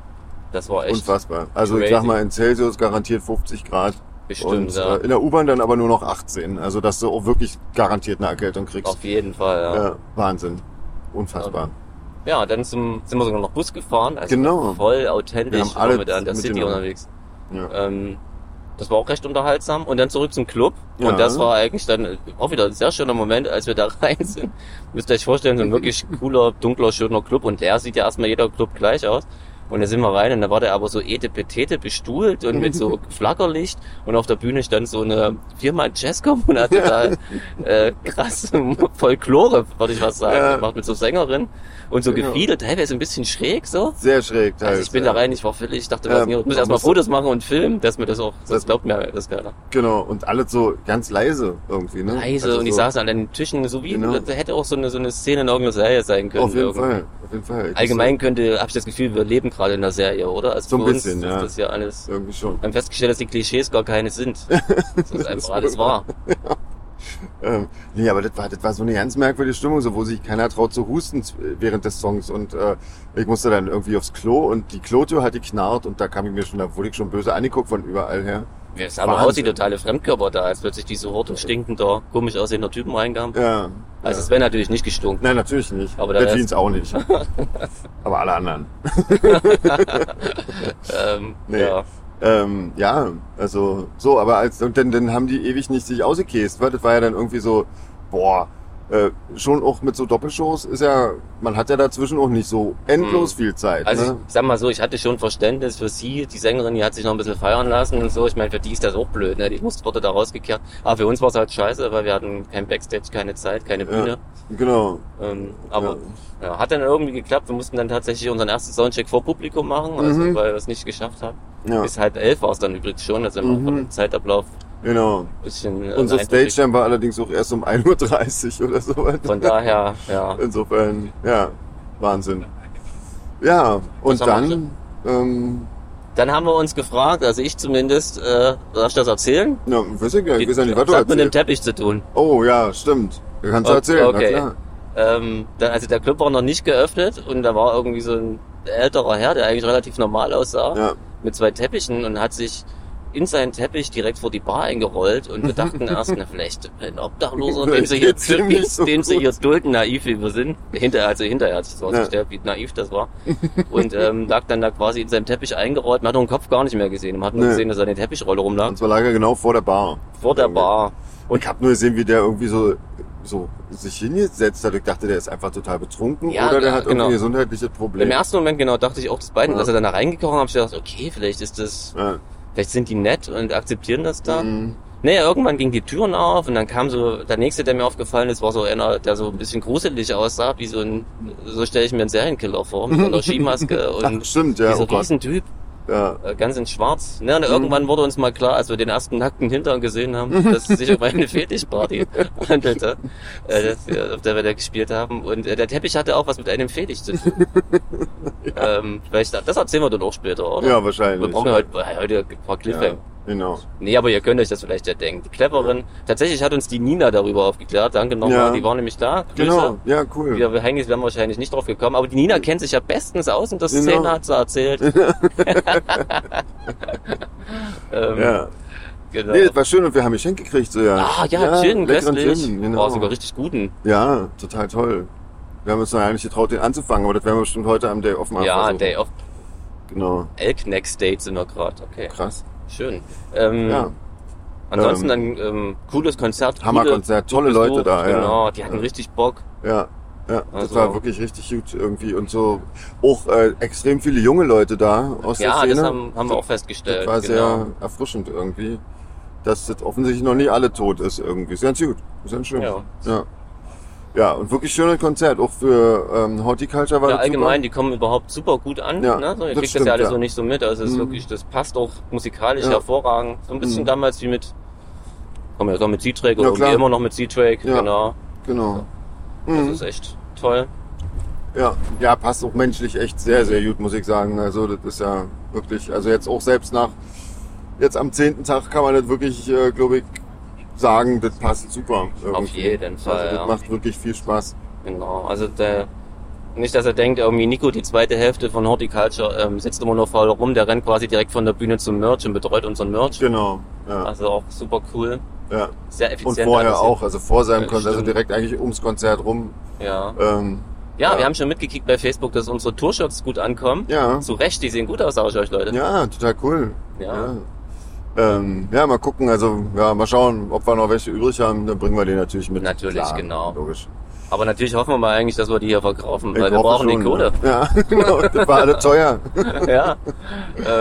[SPEAKER 2] Das war echt.
[SPEAKER 1] unfassbar. Also ich
[SPEAKER 2] crazy.
[SPEAKER 1] sag mal, in Celsius garantiert 50 Grad.
[SPEAKER 2] Bestimmt,
[SPEAKER 1] und
[SPEAKER 2] ja.
[SPEAKER 1] äh, in der U-Bahn dann aber nur noch 18. Also dass du auch wirklich garantiert eine Erkältung kriegst.
[SPEAKER 2] Auf jeden Fall, ja. ja.
[SPEAKER 1] Ja, Wahnsinn. Unfassbar.
[SPEAKER 2] dann zum, sind wir sogar noch Bus gefahren. Also
[SPEAKER 1] Genau.
[SPEAKER 2] Voll authentisch.
[SPEAKER 1] Wir haben
[SPEAKER 2] waren
[SPEAKER 1] alle
[SPEAKER 2] mit an der
[SPEAKER 1] mit
[SPEAKER 2] City
[SPEAKER 1] den-
[SPEAKER 2] unterwegs.
[SPEAKER 1] Ja.
[SPEAKER 2] Ähm, das war auch recht unterhaltsam. Und dann zurück zum Club.
[SPEAKER 1] Ja.
[SPEAKER 2] Und das war eigentlich dann äh, auch wieder ein sehr schöner Moment, als wir da rein sind. Müsst ihr euch vorstellen, so ein wirklich cooler, dunkler, schöner Club. Und der sieht ja erstmal jeder Club gleich aus. Und da sind wir rein und da war der aber so etepetete bestuhlt und mit so Flackerlicht und auf der Bühne stand so eine viermal Jazzcom und hatte da äh, krasse Folklore, würde ich was sagen,
[SPEAKER 1] Ja.
[SPEAKER 2] gemacht mit so Sängerin und so
[SPEAKER 1] Genau.
[SPEAKER 2] gefiedelt, teilweise ein bisschen schräg so.
[SPEAKER 1] Sehr schräg.
[SPEAKER 2] Also
[SPEAKER 1] teils,
[SPEAKER 2] ich bin
[SPEAKER 1] ja.
[SPEAKER 2] da rein, ich war völlig, ich dachte,
[SPEAKER 1] Ja,
[SPEAKER 2] was ähm, ich muss
[SPEAKER 1] man
[SPEAKER 2] erstmal
[SPEAKER 1] muss-
[SPEAKER 2] Fotos machen und filmen, dass mir das auch, das
[SPEAKER 1] Das-
[SPEAKER 2] glaubt mir das keiner.
[SPEAKER 1] Genau, und alles so ganz leise irgendwie, ne?
[SPEAKER 2] Leise
[SPEAKER 1] Also
[SPEAKER 2] und ich
[SPEAKER 1] so,
[SPEAKER 2] saß an den Tischen, so wie
[SPEAKER 1] Genau.
[SPEAKER 2] da hätte auch so eine, so eine Szene in irgendeiner Serie sein können.
[SPEAKER 1] Auf jeden
[SPEAKER 2] irgendwie.
[SPEAKER 1] Fall, auf jeden Fall. Ich
[SPEAKER 2] Allgemein könnte, habe ich das Gefühl, wir leben gerade in einer Serie, oder? Also
[SPEAKER 1] So ein
[SPEAKER 2] für
[SPEAKER 1] bisschen,
[SPEAKER 2] uns
[SPEAKER 1] ja.
[SPEAKER 2] ist das ja alles.
[SPEAKER 1] so, Irgendwie schon.
[SPEAKER 2] Wir haben festgestellt, dass die Klischees gar keine sind. Das ist einfach alles wahr.
[SPEAKER 1] Ähm, nee, aber das war, das war so eine ganz merkwürdige Stimmung, so wo sich keiner traut zu husten z- äh, während des Songs. Und äh, ich musste dann irgendwie aufs Klo und die Klotür hat geknarrt und da kam ich mir schon, da wurde ich schon böse angeguckt von überall her.
[SPEAKER 2] Es sah aber
[SPEAKER 1] Wahnsinn.
[SPEAKER 2] aus wie totale Fremdkörper da, als plötzlich diese Horde stinkender, komisch aussehender Typen reinkamen.
[SPEAKER 1] Ja.
[SPEAKER 2] Also
[SPEAKER 1] ja.
[SPEAKER 2] es wäre natürlich nicht gestunken.
[SPEAKER 1] Nein, natürlich nicht.
[SPEAKER 2] Aber
[SPEAKER 1] Aber
[SPEAKER 2] der
[SPEAKER 1] der
[SPEAKER 2] Rest-
[SPEAKER 1] Jeans auch nicht. aber alle anderen.
[SPEAKER 2] Ähm,
[SPEAKER 1] Nee.
[SPEAKER 2] ja.
[SPEAKER 1] Ähm, ja, also so, aber als und dann, dann haben die ewig nicht sich ausgekäst, weil das war ja dann irgendwie so, boah, äh, schon auch mit so Doppelshows ist ja, man hat ja dazwischen auch nicht so endlos viel Zeit.
[SPEAKER 2] Also
[SPEAKER 1] ne?
[SPEAKER 2] ich sag mal so, ich hatte schon Verständnis für sie, die Sängerin, die hat sich noch ein bisschen feiern lassen und so. Ich meine, für die ist das auch blöd, ne? Die musste wurde da rausgekehrt. Aber für uns war es halt scheiße, weil wir hatten kein Backstage, keine Zeit, keine Bühne.
[SPEAKER 1] Genau.
[SPEAKER 2] Ähm, aber ja. hat dann irgendwie geklappt. Wir mussten dann tatsächlich unseren ersten Soundcheck vor Publikum machen, also,
[SPEAKER 1] Mhm.
[SPEAKER 2] weil wir es nicht geschafft haben.
[SPEAKER 1] Ja,
[SPEAKER 2] Bis halb elf war es dann übrigens schon, also mhm.
[SPEAKER 1] Mhm.
[SPEAKER 2] von dem Zeitablauf
[SPEAKER 1] genau.
[SPEAKER 2] ein bisschen äh,
[SPEAKER 1] Unser
[SPEAKER 2] Eindruck.
[SPEAKER 1] Stage-Time war allerdings auch erst um 1.30 Uhr oder sowas.
[SPEAKER 2] Von daher, ja.
[SPEAKER 1] Insofern, ja, Wahnsinn. Ja, und
[SPEAKER 2] Was haben wir
[SPEAKER 1] dann, ähm,
[SPEAKER 2] Dann haben wir uns gefragt, also ich zumindest, äh, darf ich das erzählen?
[SPEAKER 1] na, weiß ich gar nicht, ich weiß ja nicht, was du
[SPEAKER 2] das hat mit dem
[SPEAKER 1] erzählst.
[SPEAKER 2] Teppich zu tun.
[SPEAKER 1] Oh ja, stimmt. Du kannst
[SPEAKER 2] Oh,
[SPEAKER 1] erzählen,
[SPEAKER 2] okay.
[SPEAKER 1] na klar.
[SPEAKER 2] Ähm, dann, also der Club war noch nicht geöffnet und da war irgendwie so ein älterer Herr, der eigentlich relativ normal aussah,
[SPEAKER 1] Ja.
[SPEAKER 2] mit zwei Teppichen und hat sich in seinen Teppich direkt vor die Bar eingerollt und wir dachten erst, na vielleicht ein Obdachloser, dem sie hier,
[SPEAKER 1] Geht's dem
[SPEAKER 2] dulden-
[SPEAKER 1] nicht so
[SPEAKER 2] dem sie
[SPEAKER 1] gut?
[SPEAKER 2] hier dulden, naiv wie wir sind. Hinter, also hinterher hat sich das rausgestellt, wie naiv das war. Und ähm, lag dann da quasi in seinem Teppich eingerollt. Man hat auch den Kopf gar nicht mehr gesehen. Man hat nur
[SPEAKER 1] Nee.
[SPEAKER 2] gesehen, dass er eine Teppichrolle rumlag.
[SPEAKER 1] Und zwar lag er genau vor der Bar.
[SPEAKER 2] Vor der Bar.
[SPEAKER 1] Und ich habe nur gesehen, wie der irgendwie so, so sich hingesetzt hat. Ich dachte, der ist einfach total betrunken
[SPEAKER 2] Ja,
[SPEAKER 1] oder der
[SPEAKER 2] ja,
[SPEAKER 1] hat irgendwie
[SPEAKER 2] genau.
[SPEAKER 1] ein gesundheitliches
[SPEAKER 2] Im
[SPEAKER 1] Problem.
[SPEAKER 2] ersten Moment genau dachte ich auch das Bein.
[SPEAKER 1] Ja.
[SPEAKER 2] Als er dann da reingekommen habe ich gedacht, okay, vielleicht ist das
[SPEAKER 1] Ja.
[SPEAKER 2] Vielleicht sind die nett und akzeptieren das da.
[SPEAKER 1] Mhm.
[SPEAKER 2] Naja, irgendwann ging die Türen auf und dann kam so, der nächste, der mir aufgefallen ist, war so einer, der so ein bisschen gruselig aussah, wie so ein, so stelle ich mir einen Serienkiller vor, mit so einer Skimaske
[SPEAKER 1] Ach,
[SPEAKER 2] und
[SPEAKER 1] stimmt, ja.
[SPEAKER 2] dieser
[SPEAKER 1] Oh Gott. Mhm.
[SPEAKER 2] Riesentyp,
[SPEAKER 1] ja.
[SPEAKER 2] äh, ganz in schwarz. Ne, und irgendwann wurde uns mal klar, als wir den ersten nackten Hintern gesehen haben, dass es sich um eine Fetischparty handelte, äh, das, äh, auf der wir da gespielt haben. Und äh, der Teppich hatte auch was mit einem Fetisch zu tun. ähm, vielleicht, das erzählen wir dann auch später, oder?
[SPEAKER 1] ja,
[SPEAKER 2] Wir
[SPEAKER 1] wahrscheinlich.
[SPEAKER 2] brauchen heute, heute ein paar Cliffhanger.
[SPEAKER 1] ja, genau.
[SPEAKER 2] Nee, aber ihr könnt euch das vielleicht ja denken. Die Cleverin. Tatsächlich hat uns die Nina darüber aufgeklärt. Danke nochmal.
[SPEAKER 1] Ja.
[SPEAKER 2] Die war nämlich da. Grüße.
[SPEAKER 1] Genau, ja, cool.
[SPEAKER 2] Wir, wir hängen, wir haben wahrscheinlich nicht drauf gekommen. Aber die Nina kennt sich ja bestens aus und das
[SPEAKER 1] Genau.
[SPEAKER 2] Szene hat sie erzählt. ähm,
[SPEAKER 1] ja.
[SPEAKER 2] Genau.
[SPEAKER 1] Nee, das war schön und wir haben Geschenk gekriegt, so ja.
[SPEAKER 2] Ah, ja, Gin,
[SPEAKER 1] leckeren
[SPEAKER 2] köstlich.
[SPEAKER 1] Gin,
[SPEAKER 2] Genau.
[SPEAKER 1] genau.
[SPEAKER 2] War sogar richtig guten.
[SPEAKER 1] ja, total toll. Wir haben uns noch gar nicht getraut, den anzufangen, aber das werden wir bestimmt heute am Day Off machen.
[SPEAKER 2] ja, Day of
[SPEAKER 1] Genau,
[SPEAKER 2] Elk Next Date sind wir gerade. Okay,
[SPEAKER 1] krass.
[SPEAKER 2] schön. Ähm,
[SPEAKER 1] Ja,
[SPEAKER 2] Ansonsten ein ähm, cooles Konzert.
[SPEAKER 1] Hammerkonzert, tolle
[SPEAKER 2] coole
[SPEAKER 1] Leute da, ja.
[SPEAKER 2] Genau, die hatten
[SPEAKER 1] ja.
[SPEAKER 2] richtig Bock.
[SPEAKER 1] Ja, ja, das
[SPEAKER 2] Also-
[SPEAKER 1] war wirklich richtig gut irgendwie und so auch äh, extrem viele junge Leute da aus
[SPEAKER 2] Ja,
[SPEAKER 1] der Szene.
[SPEAKER 2] das haben, haben wir auch
[SPEAKER 1] das
[SPEAKER 2] festgestellt.
[SPEAKER 1] war
[SPEAKER 2] genau.
[SPEAKER 1] sehr erfrischend irgendwie, dass das offensichtlich noch nicht alle tot ist irgendwie. Ist ganz gut, ist ganz schön.
[SPEAKER 2] Ja.
[SPEAKER 1] ja. Ja, und wirklich schönes Konzert, auch für ähm, Horticulture war
[SPEAKER 2] Ja,
[SPEAKER 1] das
[SPEAKER 2] allgemein, die kommen überhaupt super gut an.
[SPEAKER 1] Ja,
[SPEAKER 2] ne? so,
[SPEAKER 1] das
[SPEAKER 2] ihr kriegt das
[SPEAKER 1] stimmt,
[SPEAKER 2] ja alles
[SPEAKER 1] ja.
[SPEAKER 2] so nicht so mit. Also es ist
[SPEAKER 1] Mhm.
[SPEAKER 2] wirklich, das passt auch musikalisch
[SPEAKER 1] Ja.
[SPEAKER 2] hervorragend. So ein bisschen
[SPEAKER 1] Mhm.
[SPEAKER 2] damals wie mit, kommen wir doch mit
[SPEAKER 1] Ja,
[SPEAKER 2] Z-Track oder
[SPEAKER 1] klar.
[SPEAKER 2] irgendwie immer noch mit Z-Track.
[SPEAKER 1] Ja.
[SPEAKER 2] Genau.
[SPEAKER 1] super. Genau.
[SPEAKER 2] Das
[SPEAKER 1] Mhm.
[SPEAKER 2] ist echt toll.
[SPEAKER 1] Ja, ja, passt auch menschlich echt sehr, sehr gut, muss ich sagen. Also das ist ja wirklich, also jetzt auch selbst nach, jetzt am zehnten Tag kann man das wirklich, äh, glaube ich, sagen, das passt super. irgendwie.
[SPEAKER 2] jeden Fall,
[SPEAKER 1] Also, das
[SPEAKER 2] ja.
[SPEAKER 1] macht wirklich viel Spaß.
[SPEAKER 2] Genau. Also der, nicht, dass er denkt, irgendwie Nico, die zweite Hälfte von Horticulture, ähm, sitzt immer nur faul rum. Der rennt quasi direkt von der Bühne zum Merch und betreut unseren Merch.
[SPEAKER 1] Genau. Ja,
[SPEAKER 2] Also auch super cool.
[SPEAKER 1] ja.
[SPEAKER 2] Sehr
[SPEAKER 1] Und
[SPEAKER 2] effizient.
[SPEAKER 1] vorher
[SPEAKER 2] alles.
[SPEAKER 1] auch, also vor seinem
[SPEAKER 2] Ja,
[SPEAKER 1] Konzert, also
[SPEAKER 2] stimmt.
[SPEAKER 1] direkt eigentlich ums Konzert rum.
[SPEAKER 2] Ja.
[SPEAKER 1] Ähm,
[SPEAKER 2] Ja,
[SPEAKER 1] Ja.
[SPEAKER 2] wir haben schon mitgekriegt bei Facebook, dass unsere Tourshirts gut ankommen.
[SPEAKER 1] ja,
[SPEAKER 2] Zu Recht, die sehen gut aus, sag ich euch, Leute.
[SPEAKER 1] ja, total cool.
[SPEAKER 2] Ja.
[SPEAKER 1] Ähm, ja, mal gucken, also ja, mal schauen, ob wir noch welche übrig haben, dann bringen wir die natürlich mit.
[SPEAKER 2] Natürlich, genau.
[SPEAKER 1] Logisch.
[SPEAKER 2] Aber natürlich hoffen wir mal eigentlich, dass wir die hier verkaufen,
[SPEAKER 1] Ich
[SPEAKER 2] weil wir
[SPEAKER 1] hoffe
[SPEAKER 2] brauchen
[SPEAKER 1] schon,
[SPEAKER 2] die Kohle.
[SPEAKER 1] ne? Ja, genau. Das war alles teuer.
[SPEAKER 2] ja.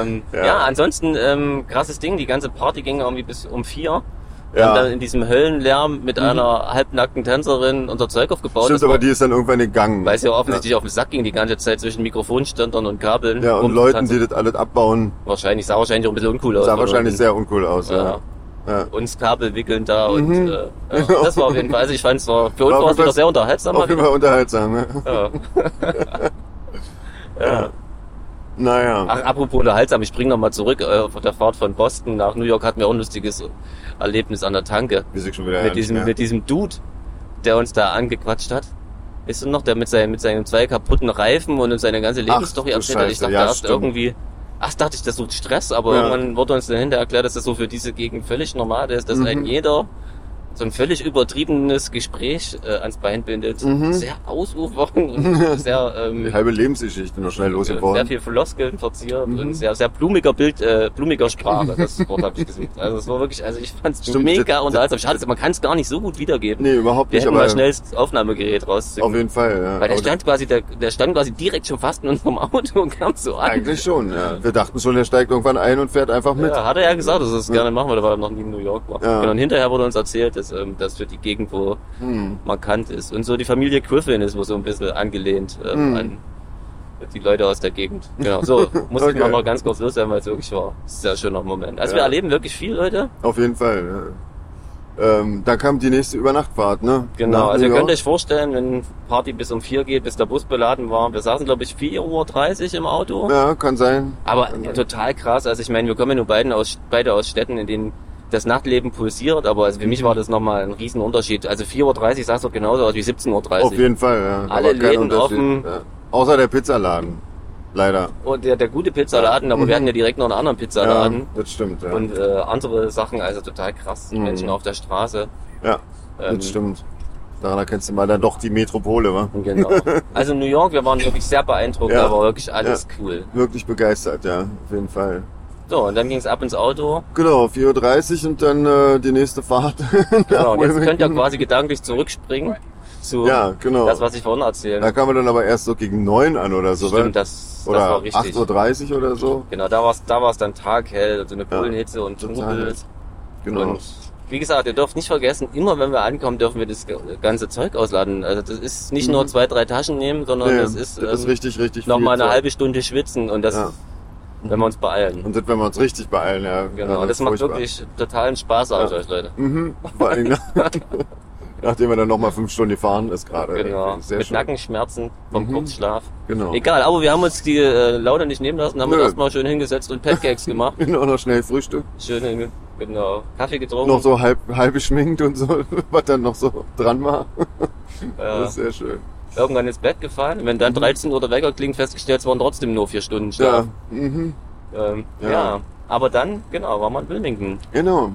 [SPEAKER 2] Ähm,
[SPEAKER 1] Ja.
[SPEAKER 2] ja. ansonsten ähm, krasses Ding. Die ganze Party ging irgendwie bis um vier. Wir
[SPEAKER 1] Ja. Mhm.
[SPEAKER 2] haben dann in diesem Höllenlärm mit einer halbnackten Tänzerin unser Zeug aufgebaut.
[SPEAKER 1] Stimmt,
[SPEAKER 2] Das war-
[SPEAKER 1] aber die ist dann irgendwann gegangen.
[SPEAKER 2] Weil es ja offensichtlich auf den Sack ging die ganze Zeit zwischen Mikrofonständern und Kabeln.
[SPEAKER 1] Ja, und Leuten,
[SPEAKER 2] rumzutanzen.
[SPEAKER 1] die das alles abbauen,
[SPEAKER 2] Wahrscheinlich, sah wahrscheinlich auch ein bisschen uncool aus.
[SPEAKER 1] sah
[SPEAKER 2] oder?
[SPEAKER 1] wahrscheinlich sehr uncool aus. Ja.
[SPEAKER 2] Ja.
[SPEAKER 1] Ja.
[SPEAKER 2] Uns Kabel wickeln da
[SPEAKER 1] Mhm.
[SPEAKER 2] und äh, ja, das war auf jeden Fall, also ich fand es war, für uns
[SPEAKER 1] War auf jeden
[SPEAKER 2] war es wieder
[SPEAKER 1] Fall-
[SPEAKER 2] sehr unterhaltsam. mal
[SPEAKER 1] Auf jeden Fall unterhaltsam. ne? Ja.
[SPEAKER 2] wieder. Ja. ja.
[SPEAKER 1] Naja.
[SPEAKER 2] Ach, apropos unterhaltsam, ich spring noch mal zurück. äh, Auf der Fahrt von Boston nach New York hatten wir auch ein lustiges Erlebnis an der Tanke.
[SPEAKER 1] wir sind schon wieder
[SPEAKER 2] mit
[SPEAKER 1] ernst,
[SPEAKER 2] diesem,
[SPEAKER 1] ja.
[SPEAKER 2] mit diesem Dude, der uns da angequatscht hat. Weißt du noch, der mit seinem, mit seinen zwei kaputten Reifen und uns seine ganze Lebensstory
[SPEAKER 1] du
[SPEAKER 2] erzählt hat. Ich
[SPEAKER 1] Scheiße,
[SPEAKER 2] dachte
[SPEAKER 1] ja,
[SPEAKER 2] erst
[SPEAKER 1] stimmt.
[SPEAKER 2] irgendwie, ach, dachte ich, das sucht Stress, aber
[SPEAKER 1] Ja.
[SPEAKER 2] irgendwann wurde uns dann hinterher erklärt, dass das so für diese Gegend völlig normal ist, dass
[SPEAKER 1] Mhm.
[SPEAKER 2] ein jeder so ein völlig übertriebenes Gespräch äh, ans Bein bindet.
[SPEAKER 1] Mhm.
[SPEAKER 2] Sehr ausufernd und sehr, ähm,
[SPEAKER 1] Die halbe Lebensgeschichte noch schnell
[SPEAKER 2] sehr
[SPEAKER 1] losgeworden.
[SPEAKER 2] viel Floskeln verziert
[SPEAKER 1] Mhm.
[SPEAKER 2] und sehr, sehr blumiger Bild, äh, blumiger Sprache. Das Wort habe ich gesehen. Also es war wirklich, also ich fand es
[SPEAKER 1] Stimmt,
[SPEAKER 2] mega
[SPEAKER 1] das-
[SPEAKER 2] unterhaltsam. Schade, man kann es gar nicht so gut wiedergeben.
[SPEAKER 1] Nee, überhaupt
[SPEAKER 2] Wir
[SPEAKER 1] nicht,
[SPEAKER 2] hätten mal
[SPEAKER 1] aber
[SPEAKER 2] schnell das Aufnahmegerät
[SPEAKER 1] auf
[SPEAKER 2] rausziehen.
[SPEAKER 1] jeden Fall. Ja.
[SPEAKER 2] Weil der
[SPEAKER 1] Aber
[SPEAKER 2] stand quasi, der, der stand quasi direkt schon fast in unserem Auto und kam so an.
[SPEAKER 1] Eigentlich schon, ja. Wir dachten schon, der steigt irgendwann ein und fährt einfach mit.
[SPEAKER 2] Ja, hat er ja gesagt, dass er es gerne machen würde, weil er noch nie in New York war.
[SPEAKER 1] Ja.
[SPEAKER 2] Genau, Und hinterher wurde uns erzählt, dass ähm, das für die Gegend, wo
[SPEAKER 1] Hm.
[SPEAKER 2] markant ist. Und so die Familie Griffin ist wohl so ein bisschen angelehnt ähm,
[SPEAKER 1] Hm.
[SPEAKER 2] an die Leute aus der Gegend. Genau, so musste ich
[SPEAKER 1] Okay.
[SPEAKER 2] mal noch ganz kurz loswerden, weil es wirklich war. ein Sehr schöner Moment. Also
[SPEAKER 1] Ja.
[SPEAKER 2] wir erleben wirklich viel, Leute.
[SPEAKER 1] Auf jeden Fall. Ja. Ähm, dann kam die nächste Übernachtfahrt, ne?
[SPEAKER 2] Genau,
[SPEAKER 1] Nach
[SPEAKER 2] also
[SPEAKER 1] New
[SPEAKER 2] ihr könnt
[SPEAKER 1] York.
[SPEAKER 2] euch vorstellen, wenn Party bis um vier geht, bis der Bus beladen war. Wir saßen, glaube ich, 4.30 Uhr im Auto.
[SPEAKER 1] Ja, kann sein.
[SPEAKER 2] Aber total krass. Also ich meine, wir kommen ja nur beiden aus, beide aus Städten, in denen das Nachtleben pulsiert, aber also für mich war das nochmal ein Riesenunterschied. Also 4.30 Uhr sah es doch genauso aus wie 17.30 Uhr.
[SPEAKER 1] Auf jeden Fall, ja. Da
[SPEAKER 2] Alle
[SPEAKER 1] war kein
[SPEAKER 2] Läden
[SPEAKER 1] Unterschied.
[SPEAKER 2] offen.
[SPEAKER 1] Ja. Außer der Pizzaladen. Leider.
[SPEAKER 2] Und der, der gute Pizzaladen, aber wir hatten ja direkt noch einen anderen
[SPEAKER 1] Ja,
[SPEAKER 2] Pizzaladen
[SPEAKER 1] das stimmt, Mhm. ja.
[SPEAKER 2] und äh, andere Sachen, also total krass.
[SPEAKER 1] Mhm.
[SPEAKER 2] Menschen auf der Straße.
[SPEAKER 1] ja,
[SPEAKER 2] ähm,
[SPEAKER 1] das stimmt. Daran erkennst du mal dann doch die Metropole, wa?
[SPEAKER 2] Genau. Also New York, wir waren wirklich sehr beeindruckt,
[SPEAKER 1] Ja.
[SPEAKER 2] aber wirklich alles cool.
[SPEAKER 1] Wirklich begeistert, ja, auf jeden Fall.
[SPEAKER 2] So, und dann ging es ab ins Auto.
[SPEAKER 1] Genau, 4.30 Uhr und dann äh, die nächste Fahrt. nach
[SPEAKER 2] Genau, und jetzt
[SPEAKER 1] Wilmington.
[SPEAKER 2] könnt ihr quasi gedanklich zurückspringen zu
[SPEAKER 1] Ja, genau.
[SPEAKER 2] das, was ich vorhin erzählt
[SPEAKER 1] Da kamen wir dann aber erst so gegen 9 an oder so,
[SPEAKER 2] Stimmt,
[SPEAKER 1] wa?
[SPEAKER 2] das, das
[SPEAKER 1] Oder
[SPEAKER 2] war richtig.
[SPEAKER 1] 8.30 Uhr oder so.
[SPEAKER 2] Genau, da war es da war's dann taghell, so eine
[SPEAKER 1] Ja,
[SPEAKER 2] Bullenhitze und
[SPEAKER 1] total.
[SPEAKER 2] Trubel.
[SPEAKER 1] Genau.
[SPEAKER 2] Und wie gesagt, ihr dürft nicht vergessen, immer wenn wir ankommen, dürfen wir das ganze Zeug ausladen. Also das ist nicht nur zwei, drei Taschen nehmen, sondern
[SPEAKER 1] Mhm. Nee,
[SPEAKER 2] das ist,
[SPEAKER 1] das ist
[SPEAKER 2] ähm,
[SPEAKER 1] richtig, richtig viel.
[SPEAKER 2] nochmal eine
[SPEAKER 1] Zeug.
[SPEAKER 2] halbe Stunde schwitzen und das,
[SPEAKER 1] Ja.
[SPEAKER 2] wenn wir uns beeilen.
[SPEAKER 1] Und das, wenn wir uns richtig beeilen, ja.
[SPEAKER 2] Genau,
[SPEAKER 1] Ja,
[SPEAKER 2] das, macht
[SPEAKER 1] furchtbar.
[SPEAKER 2] wirklich totalen Spaß aus
[SPEAKER 1] Ja.
[SPEAKER 2] euch, Leute.
[SPEAKER 1] Mhm, vor allem nach, nachdem wir dann nochmal fünf Stunden gefahren ist gerade.
[SPEAKER 2] Genau,
[SPEAKER 1] Äh, Sehr
[SPEAKER 2] mit
[SPEAKER 1] schön. Mhm.
[SPEAKER 2] Nackenschmerzen vom Kurzschlaf.
[SPEAKER 1] Genau.
[SPEAKER 2] Egal, aber wir haben uns die äh, Laune nicht nehmen lassen, haben
[SPEAKER 1] Nö.
[SPEAKER 2] uns erstmal schön hingesetzt und Pancakes gemacht.
[SPEAKER 1] Genau, noch schnell Frühstück.
[SPEAKER 2] Schön, genau, Kaffee getrunken.
[SPEAKER 1] Noch so halb, halb geschminkt und so, was dann noch so dran war.
[SPEAKER 2] äh,
[SPEAKER 1] Das ist sehr schön.
[SPEAKER 2] irgendwann ins Bett gefallen. Wenn dann 13 Uhr der Wecker klingt, festgestellt, es waren trotzdem nur vier Stunden Schlaf.
[SPEAKER 1] Mhm. Ja, mhm,
[SPEAKER 2] Ja. Ähm,
[SPEAKER 1] Ja.
[SPEAKER 2] ja. Aber dann, genau, war man in Wilmington.
[SPEAKER 1] genau.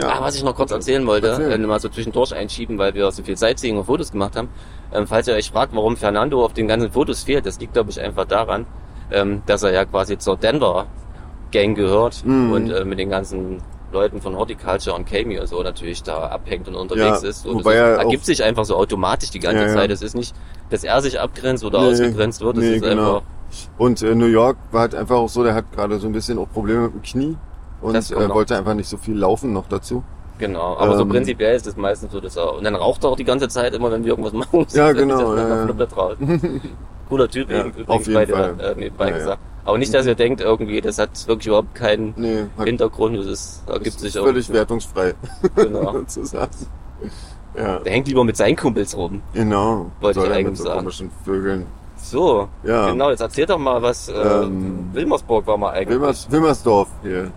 [SPEAKER 2] Ah, was ich noch kurz erzählen wollte,
[SPEAKER 1] Erzähl.
[SPEAKER 2] äh, mal so zwischendurch einschieben, weil wir so viel Sightseeing und Fotos gemacht haben. Ähm, falls ihr euch fragt, warum Fernando auf den ganzen Fotos fehlt, das liegt, glaube ich, einfach daran, ähm, dass er ja quasi zur Denver Gang gehört
[SPEAKER 1] Mhm.
[SPEAKER 2] und äh, mit den ganzen Leuten von Horticulture und Cameo so natürlich da abhängt und unterwegs
[SPEAKER 1] Ja,
[SPEAKER 2] ist. Und
[SPEAKER 1] wobei
[SPEAKER 2] das
[SPEAKER 1] er auch-
[SPEAKER 2] ergibt sich einfach so automatisch die ganze
[SPEAKER 1] Ja, ja.
[SPEAKER 2] Zeit. Es ist nicht, dass er sich abgrenzt oder
[SPEAKER 1] Nee,
[SPEAKER 2] ausgegrenzt wird. Es
[SPEAKER 1] nee,
[SPEAKER 2] ist
[SPEAKER 1] genau.
[SPEAKER 2] einfach,
[SPEAKER 1] Und äh, New York war halt einfach auch so, der hat gerade so ein bisschen auch Probleme mit dem Knie und
[SPEAKER 2] Das kommt
[SPEAKER 1] äh,
[SPEAKER 2] noch.
[SPEAKER 1] wollte einfach nicht so viel laufen noch dazu.
[SPEAKER 2] genau. Aber so
[SPEAKER 1] Ähm,
[SPEAKER 2] prinzipiell ist es meistens so, dass er, und dann raucht er auch die ganze Zeit immer, wenn wir irgendwas machen.
[SPEAKER 1] Ja,
[SPEAKER 2] Dann ist
[SPEAKER 1] genau,
[SPEAKER 2] er
[SPEAKER 1] ja, ja.
[SPEAKER 2] komplett raus. Cooler Typ,
[SPEAKER 1] Ja,
[SPEAKER 2] übrigens,
[SPEAKER 1] auf jeden
[SPEAKER 2] bei der,
[SPEAKER 1] Fall.
[SPEAKER 2] äh, nebenbei
[SPEAKER 1] Ja, ja.
[SPEAKER 2] gesagt. Aber nicht, dass ihr denkt, irgendwie, das hat wirklich überhaupt keinen
[SPEAKER 1] Nee, hat,
[SPEAKER 2] Hintergrund, das ist, ergibt
[SPEAKER 1] ist
[SPEAKER 2] sich
[SPEAKER 1] völlig
[SPEAKER 2] irgendwie-
[SPEAKER 1] wertungsfrei
[SPEAKER 2] Genau.
[SPEAKER 1] sozusagen. Ja,
[SPEAKER 2] Der hängt lieber mit seinen Kumpels rum.
[SPEAKER 1] genau.
[SPEAKER 2] Wollte
[SPEAKER 1] Soll
[SPEAKER 2] ich
[SPEAKER 1] er mit
[SPEAKER 2] eigentlich
[SPEAKER 1] so
[SPEAKER 2] sagen.
[SPEAKER 1] komischen Vögeln.
[SPEAKER 2] So,
[SPEAKER 1] Ja.
[SPEAKER 2] genau, jetzt erzähl doch mal, was äh,
[SPEAKER 1] Ähm,
[SPEAKER 2] Wilmersburg war mal eigentlich.
[SPEAKER 1] Wilmers, Wilmersdorf hier.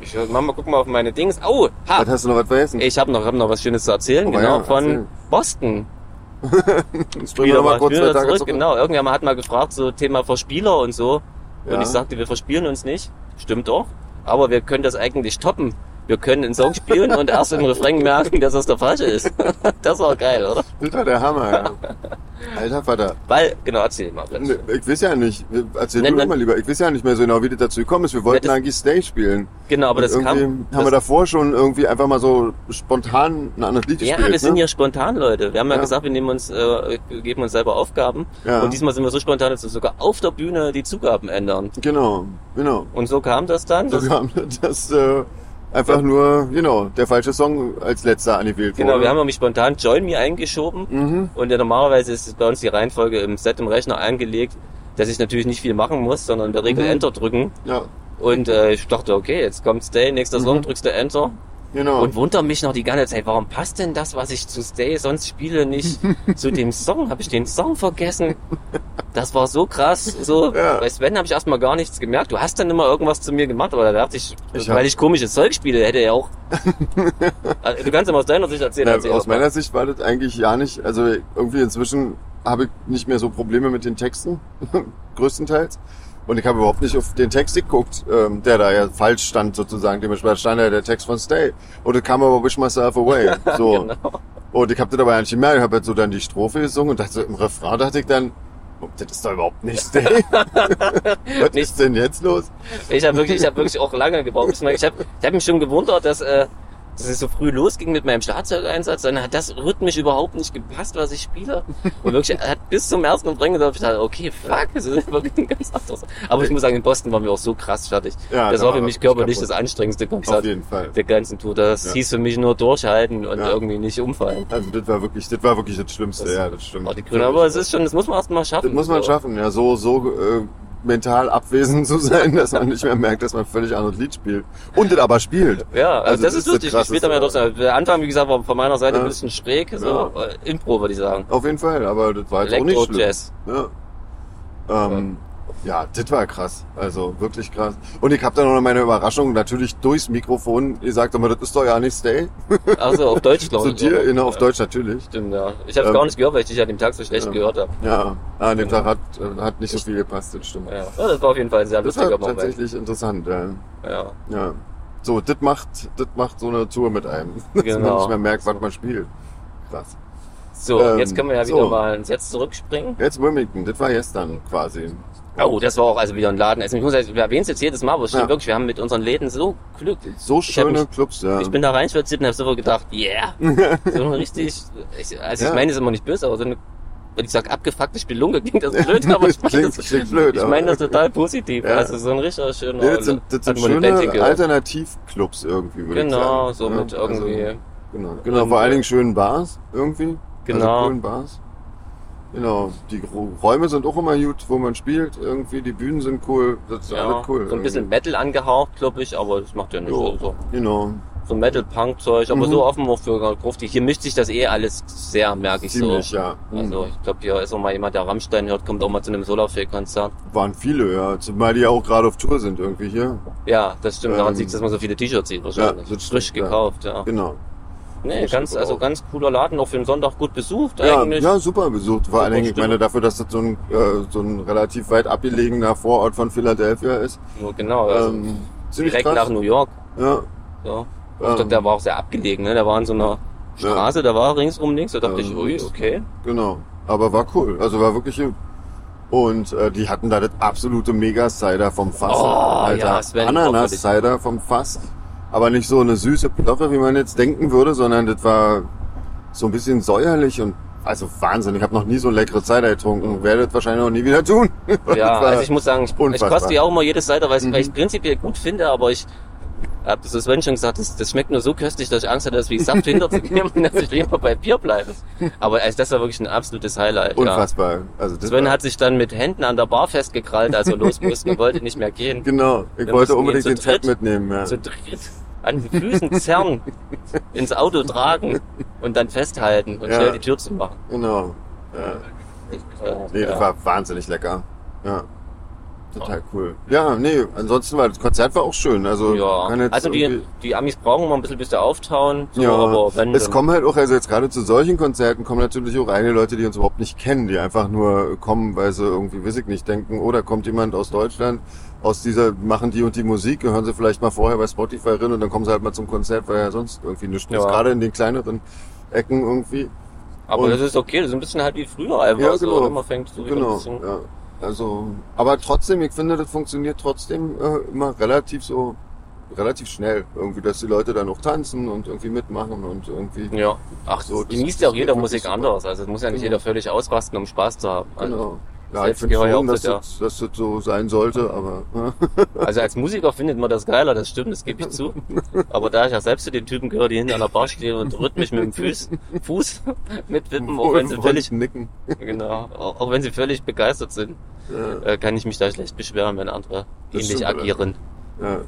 [SPEAKER 2] Ich äh, mach mal, guck mal auf meine Dings. Oh, ha!
[SPEAKER 1] Was hast du noch was vergessen?
[SPEAKER 2] Ich habe noch, hab noch was Schönes zu erzählen,
[SPEAKER 1] Oh,
[SPEAKER 2] genau,
[SPEAKER 1] ja,
[SPEAKER 2] von
[SPEAKER 1] erzähl.
[SPEAKER 2] Boston.
[SPEAKER 1] Springen wir mal kurz
[SPEAKER 2] spielen
[SPEAKER 1] zwei
[SPEAKER 2] wir
[SPEAKER 1] Tage
[SPEAKER 2] zurück,
[SPEAKER 1] zurück.
[SPEAKER 2] Genau, irgendjemand hat mal gefragt, so Thema Verspieler und so. Und
[SPEAKER 1] Ja.
[SPEAKER 2] ich sagte, wir verspielen uns nicht. Stimmt doch. Aber wir können das eigentlich toppen. Wir können einen Song spielen und erst im Refrain merken, dass das der falsche ist. Das war geil, oder?
[SPEAKER 1] Das war der Hammer, ja. Alter Vater.
[SPEAKER 2] Weil, genau, erzähl mal.
[SPEAKER 1] Ne, Ich weiß ja nicht. Erzähl
[SPEAKER 2] Nein,
[SPEAKER 1] du doch
[SPEAKER 2] nein.
[SPEAKER 1] mal lieber. Ich weiß ja nicht mehr so genau, wie das dazu gekommen ist. Wir wollten
[SPEAKER 2] das-
[SPEAKER 1] eigentlich Stay spielen.
[SPEAKER 2] Genau, aber
[SPEAKER 1] Und
[SPEAKER 2] das
[SPEAKER 1] irgendwie
[SPEAKER 2] kam.
[SPEAKER 1] haben
[SPEAKER 2] das,
[SPEAKER 1] wir davor schon irgendwie einfach mal so spontan ein anderes Lied
[SPEAKER 2] ja,
[SPEAKER 1] gespielt.
[SPEAKER 2] wir sind
[SPEAKER 1] ne?
[SPEAKER 2] ja spontan, Leute. Wir haben ja,
[SPEAKER 1] Ja.
[SPEAKER 2] gesagt, wir nehmen uns, äh, wir geben uns selber Aufgaben.
[SPEAKER 1] Ja.
[SPEAKER 2] Und diesmal sind wir so spontan, dass wir sogar auf der Bühne die Zugaben ändern.
[SPEAKER 1] Genau, genau.
[SPEAKER 2] Und so kam das dann.
[SPEAKER 1] So
[SPEAKER 2] Das,
[SPEAKER 1] kam das äh, einfach nur, genau, der falsche Song als letzter angewählt
[SPEAKER 2] genau,
[SPEAKER 1] wurde.
[SPEAKER 2] wir haben nämlich spontan Join Me eingeschoben.
[SPEAKER 1] Mhm.
[SPEAKER 2] Und ja, normalerweise ist bei uns die Reihenfolge im Set im Rechner angelegt, dass ich natürlich nicht viel machen muss, sondern in der Regel
[SPEAKER 1] Mhm.
[SPEAKER 2] Enter drücken.
[SPEAKER 1] Ja,
[SPEAKER 2] Und äh, ich dachte, okay, jetzt kommt Stay, nächster
[SPEAKER 1] Mhm.
[SPEAKER 2] Song, drückst du Enter.
[SPEAKER 1] genau.
[SPEAKER 2] Und wundere mich noch die ganze Zeit, warum passt denn das, was ich zu Stay sonst spiele, nicht zu dem Song? Habe ich den Song vergessen? Das war so krass. So,
[SPEAKER 1] Ja.
[SPEAKER 2] bei Sven habe ich erstmal gar nichts gemerkt. Du hast dann immer irgendwas zu mir gemacht, aber da dachte ich,
[SPEAKER 1] Ich hab-
[SPEAKER 2] weil ich komisches Zeug spiele, hätte er auch. also, du kannst ihm aus deiner Sicht erzählen.
[SPEAKER 1] Na,
[SPEAKER 2] erzähl
[SPEAKER 1] aus
[SPEAKER 2] doch mal.
[SPEAKER 1] meiner Sicht war das eigentlich ja nicht, also irgendwie inzwischen habe ich nicht mehr so Probleme mit den Texten, größtenteils. Und ich habe überhaupt nicht auf den Text geguckt, ähm, der da ja falsch stand sozusagen. Dementsprechend stand ja der Text von Stay. Und ich kam aber Wish Myself Away. So.
[SPEAKER 2] Genau.
[SPEAKER 1] Und ich habe das dabei nicht gemerkt. Ich habe halt so dann die Strophe gesungen und dachte, im Refrain dachte ich dann, oh, das ist doch überhaupt nicht Stay. Was ist denn jetzt los?
[SPEAKER 2] Ich habe wirklich, ich hab wirklich auch lange gebraucht. bis man- Ich habe ich hab mich schon gewundert, dass, äh, dass es so früh losging mit meinem Schlagzeugeinsatz. Dann hat das rhythmisch überhaupt nicht gepasst, was ich spiele. Und wirklich hat bis zum ersten Refrain gedacht, ich dachte, okay, fuck, das ist wirklich ein ganz anderes. Aber ich muss sagen, in Boston waren wir auch so krass fertig.
[SPEAKER 1] Ja,
[SPEAKER 2] das
[SPEAKER 1] da
[SPEAKER 2] war für
[SPEAKER 1] war
[SPEAKER 2] mich
[SPEAKER 1] wirklich
[SPEAKER 2] körperlich
[SPEAKER 1] kaputt.
[SPEAKER 2] das anstrengendste
[SPEAKER 1] Auf
[SPEAKER 2] Konzert
[SPEAKER 1] jeden Fall.
[SPEAKER 2] der ganzen Tour. Das
[SPEAKER 1] Ja.
[SPEAKER 2] hieß für mich nur durchhalten und
[SPEAKER 1] Ja.
[SPEAKER 2] irgendwie nicht umfallen.
[SPEAKER 1] Also das war wirklich, das war wirklich das Schlimmste,
[SPEAKER 2] Das-
[SPEAKER 1] ja, das stimmt.
[SPEAKER 2] Aber die Grünen, aber es ist schon, das muss man erst mal schaffen.
[SPEAKER 1] Das muss man
[SPEAKER 2] So.
[SPEAKER 1] schaffen, ja, so, so äh, mental abwesend zu sein, dass man nicht mehr merkt, dass man völlig anderes Lied spielt. Und das aber spielt.
[SPEAKER 2] Ja, also das, ist lustig. Ich spiele
[SPEAKER 1] Krasseste,
[SPEAKER 2] damit trotzdem. Der Anfang, wie gesagt, war von meiner Seite
[SPEAKER 1] Ja.
[SPEAKER 2] ein bisschen schräg, so
[SPEAKER 1] Ja.
[SPEAKER 2] äh, Impro, würde ich sagen.
[SPEAKER 1] Auf jeden Fall, aber das war jetzt auch nicht schlimm.
[SPEAKER 2] Elektro-Jazz.
[SPEAKER 1] Ja. Ähm, ja, das war krass. Also wirklich krass. Und ich habe dann noch meine Überraschung natürlich durchs Mikrofon gesagt, aber das ist doch ja nicht Stay.
[SPEAKER 2] Also auf Deutsch, glaube
[SPEAKER 1] Zu
[SPEAKER 2] ich.
[SPEAKER 1] dir,
[SPEAKER 2] oder?
[SPEAKER 1] genau, auf Deutsch natürlich.
[SPEAKER 2] Stimmt, ja. Ich habe es
[SPEAKER 1] Ähm,
[SPEAKER 2] gar nicht gehört, weil ich dich an dem Tag so schlecht
[SPEAKER 1] ja.
[SPEAKER 2] gehört habe.
[SPEAKER 1] Ja, an dem Tag hat, äh, hat nicht so viel gepasst, das stimmt.
[SPEAKER 2] Ja. ja, das war auf jeden Fall ein sehr
[SPEAKER 1] Das war
[SPEAKER 2] lustiger Moment.
[SPEAKER 1] tatsächlich interessant, ja.
[SPEAKER 2] Ja.
[SPEAKER 1] Ja. So, das macht, das macht so eine Tour mit einem. Dass man
[SPEAKER 2] Genau.
[SPEAKER 1] nicht mehr merkt, was man spielt. Krass.
[SPEAKER 2] So,
[SPEAKER 1] Ähm,
[SPEAKER 2] jetzt können wir ja
[SPEAKER 1] so.
[SPEAKER 2] wieder mal ins Jetzt zurückspringen.
[SPEAKER 1] Jetzt Wilmington, das war gestern quasi.
[SPEAKER 2] Oh, das war auch also wieder ein Laden. Also ich muss sagen, wir erwähnen es jetzt jedes Mal, aber es stimmt
[SPEAKER 1] Ja.
[SPEAKER 2] wirklich, wir haben mit unseren Läden so Glück.
[SPEAKER 1] So
[SPEAKER 2] Ich hab
[SPEAKER 1] schöne
[SPEAKER 2] mich-
[SPEAKER 1] Clubs, ja.
[SPEAKER 2] Ich bin da reinspaziert und habe sofort gedacht, yeah. so ein richtig, ich, also
[SPEAKER 1] Ja.
[SPEAKER 2] ich meine, das ist immer nicht böse, aber so eine, wenn ich sage abgefuckte Spelunke, klingt das blöd, aber ich meine
[SPEAKER 1] Klingt-
[SPEAKER 2] das,
[SPEAKER 1] klingt blöd,
[SPEAKER 2] ich
[SPEAKER 1] aber-
[SPEAKER 2] meine das total positiv.
[SPEAKER 1] Ja.
[SPEAKER 2] Also so ein richtiger schöner,
[SPEAKER 1] Nee, das sind, das sind
[SPEAKER 2] hat man eine Band
[SPEAKER 1] schöne
[SPEAKER 2] gehört.
[SPEAKER 1] Alternativclubs irgendwie, würde
[SPEAKER 2] Genau,
[SPEAKER 1] ich
[SPEAKER 2] so
[SPEAKER 1] sagen. also,
[SPEAKER 2] mit irgendwie. ähm,
[SPEAKER 1] genau, genau, vor allen Dingen schönen Bars irgendwie.
[SPEAKER 2] Genau.
[SPEAKER 1] Also coolen Bars. Genau, die Gro- Räume sind auch immer gut, wo man spielt irgendwie. Die Bühnen sind cool, das ist
[SPEAKER 2] ja,
[SPEAKER 1] alles cool.
[SPEAKER 2] so ein bisschen Metal angehaucht, glaube ich, aber das macht ja nicht
[SPEAKER 1] Jo.
[SPEAKER 2] so. So,
[SPEAKER 1] irgendwie. Genau,
[SPEAKER 2] so Metal-Punk-Zeug, aber
[SPEAKER 1] Mhm.
[SPEAKER 2] so offen auch für Grufti. Hier mischt sich das eh alles sehr, merke ich
[SPEAKER 1] ziemlich,
[SPEAKER 2] so.
[SPEAKER 1] ja. Mhm.
[SPEAKER 2] Also ich glaube, hier ist auch mal jemand, der Rammstein hört, kommt auch mal zu einem Solarfake-Konzert.
[SPEAKER 1] Waren viele, ja. Zumal die ja auch gerade auf Tour sind irgendwie hier.
[SPEAKER 2] Ja, das stimmt. Daran
[SPEAKER 1] Ähm,
[SPEAKER 2] sieht dass man so viele T-Shirts sieht wahrscheinlich.
[SPEAKER 1] das stimmt,
[SPEAKER 2] Frisch
[SPEAKER 1] ja.
[SPEAKER 2] gekauft, ja.
[SPEAKER 1] Genau.
[SPEAKER 2] Nee,
[SPEAKER 1] Das
[SPEAKER 2] ganz,
[SPEAKER 1] stimmt
[SPEAKER 2] also
[SPEAKER 1] auch.
[SPEAKER 2] ganz cooler Laden, auch für den Sonntag gut besucht
[SPEAKER 1] Ja,
[SPEAKER 2] eigentlich.
[SPEAKER 1] ja, super besucht. Vor allen Dingen, ich
[SPEAKER 2] Stimmung.
[SPEAKER 1] meine, dafür, dass das so ein, äh, so ein relativ weit abgelegener Vorort von Philadelphia ist.
[SPEAKER 2] So, genau, also
[SPEAKER 1] Ähm, ziemlich
[SPEAKER 2] direkt nach
[SPEAKER 1] krass.
[SPEAKER 2] New York.
[SPEAKER 1] Ja,
[SPEAKER 2] So.
[SPEAKER 1] Ähm,
[SPEAKER 2] Und der war auch sehr abgelegen, ne? Da war in so einer Straße, da war ringsrum nichts. Da dachte
[SPEAKER 1] Ähm,
[SPEAKER 2] ich, ui, okay.
[SPEAKER 1] genau. Aber war cool. Also war wirklich. Und äh, die hatten da das absolute Mega-Cider vom Fass.
[SPEAKER 2] Oh,
[SPEAKER 1] Alter.
[SPEAKER 2] ja, Sven,
[SPEAKER 1] Ananas-Cider vom Fass. Aber nicht so eine süße Plörre, wie man jetzt denken würde, sondern das war so ein bisschen säuerlich und also Wahnsinn. Ich habe noch nie so leckere Cider getrunken. Werde das wahrscheinlich auch nie wieder tun.
[SPEAKER 2] Ja,
[SPEAKER 1] Das war-
[SPEAKER 2] also ich muss sagen, ich, ich
[SPEAKER 1] unfassbar. Mhm.
[SPEAKER 2] koste ja auch immer jedes Cider, weil ich, weil ich prinzipiell gut finde, aber ich hab das Sven schon gesagt, das, das schmeckt nur so köstlich, dass ich Angst hatte, dass wie Saft hinterzugeben und dass ich lieber bei Bier bleibe. Aber also, das war wirklich ein absolutes Highlight. Ja.
[SPEAKER 1] Unfassbar. Also das
[SPEAKER 2] Sven
[SPEAKER 1] war-
[SPEAKER 2] hat sich dann mit Händen an der Bar festgekrallt, als er los musste und wollte nicht mehr gehen.
[SPEAKER 1] Genau, ich
[SPEAKER 2] Wir
[SPEAKER 1] wollte
[SPEAKER 2] mussten
[SPEAKER 1] unbedingt
[SPEAKER 2] ihn
[SPEAKER 1] den
[SPEAKER 2] zu
[SPEAKER 1] Tab
[SPEAKER 2] dritt-
[SPEAKER 1] mitnehmen. Ja.
[SPEAKER 2] Zu dritt an den Füßen zerren, ins Auto tragen und dann festhalten und
[SPEAKER 1] Ja.
[SPEAKER 2] schnell die Tür zu machen.
[SPEAKER 1] Genau. Ja. Nee,
[SPEAKER 2] Äh,
[SPEAKER 1] das
[SPEAKER 2] ja.
[SPEAKER 1] war wahnsinnig lecker. Ja. Total cool. Ja, nee, ansonsten war das Konzert war auch schön. Also,
[SPEAKER 2] ja.
[SPEAKER 1] kann jetzt
[SPEAKER 2] also die,
[SPEAKER 1] irgendwie-
[SPEAKER 2] die Amis brauchen immer ein bisschen, bis der auftauen. So,
[SPEAKER 1] ja,
[SPEAKER 2] aber wenn
[SPEAKER 1] es
[SPEAKER 2] dann-
[SPEAKER 1] kommen halt auch, also jetzt gerade zu solchen Konzerten kommen natürlich auch einige Leute, die uns überhaupt nicht kennen, die einfach nur kommen, weil sie irgendwie, weiß ich nicht, denken, oh, da kommt jemand aus Deutschland, aus dieser, machen die und die Musik, hören sie vielleicht mal vorher bei Spotify rein und dann kommen sie halt mal zum Konzert, weil ja sonst irgendwie nichts
[SPEAKER 2] Ja.
[SPEAKER 1] ist, gerade in den kleineren Ecken irgendwie.
[SPEAKER 2] Aber das ist okay, das ist ein bisschen halt wie früher einfach.
[SPEAKER 1] Ja,
[SPEAKER 2] So,
[SPEAKER 1] genau.
[SPEAKER 2] immer fängt so wieder ein
[SPEAKER 1] Genau,
[SPEAKER 2] bisschen.
[SPEAKER 1] ja. Also, aber trotzdem, ich finde, das funktioniert trotzdem äh, immer relativ so, relativ schnell irgendwie, dass die Leute dann auch tanzen und irgendwie mitmachen und irgendwie.
[SPEAKER 2] Ja. Ach,
[SPEAKER 1] So,
[SPEAKER 2] so,
[SPEAKER 1] das-
[SPEAKER 2] genießt
[SPEAKER 1] das
[SPEAKER 2] ja auch
[SPEAKER 1] geht
[SPEAKER 2] jeder
[SPEAKER 1] wirklich
[SPEAKER 2] Musik
[SPEAKER 1] super.
[SPEAKER 2] anders. Also es muss ja nicht
[SPEAKER 1] Genau.
[SPEAKER 2] jeder völlig ausrasten, um Spaß zu haben. Also,
[SPEAKER 1] Genau. Ja, ich
[SPEAKER 2] Selbst
[SPEAKER 1] finde
[SPEAKER 2] geheuer
[SPEAKER 1] schon, dass,
[SPEAKER 2] Auftritt, ja.
[SPEAKER 1] das, dass das so sein sollte, aber ja.
[SPEAKER 2] also als Musiker findet man das geiler, das stimmt, das gebe ich zu. Aber da ich ja selbst zu den Typen gehöre, die hinter einer Bar stehen und rhythmisch mit dem Fuß, Fuß mitwippen, auch wenn sie völlig
[SPEAKER 1] nicken.
[SPEAKER 2] Genau, auch auch wenn sie völlig begeistert sind, äh, kann ich mich da schlecht beschweren, wenn andere
[SPEAKER 1] Das
[SPEAKER 2] ähnlich
[SPEAKER 1] stimmt, oder?
[SPEAKER 2] agieren.
[SPEAKER 1] Ja.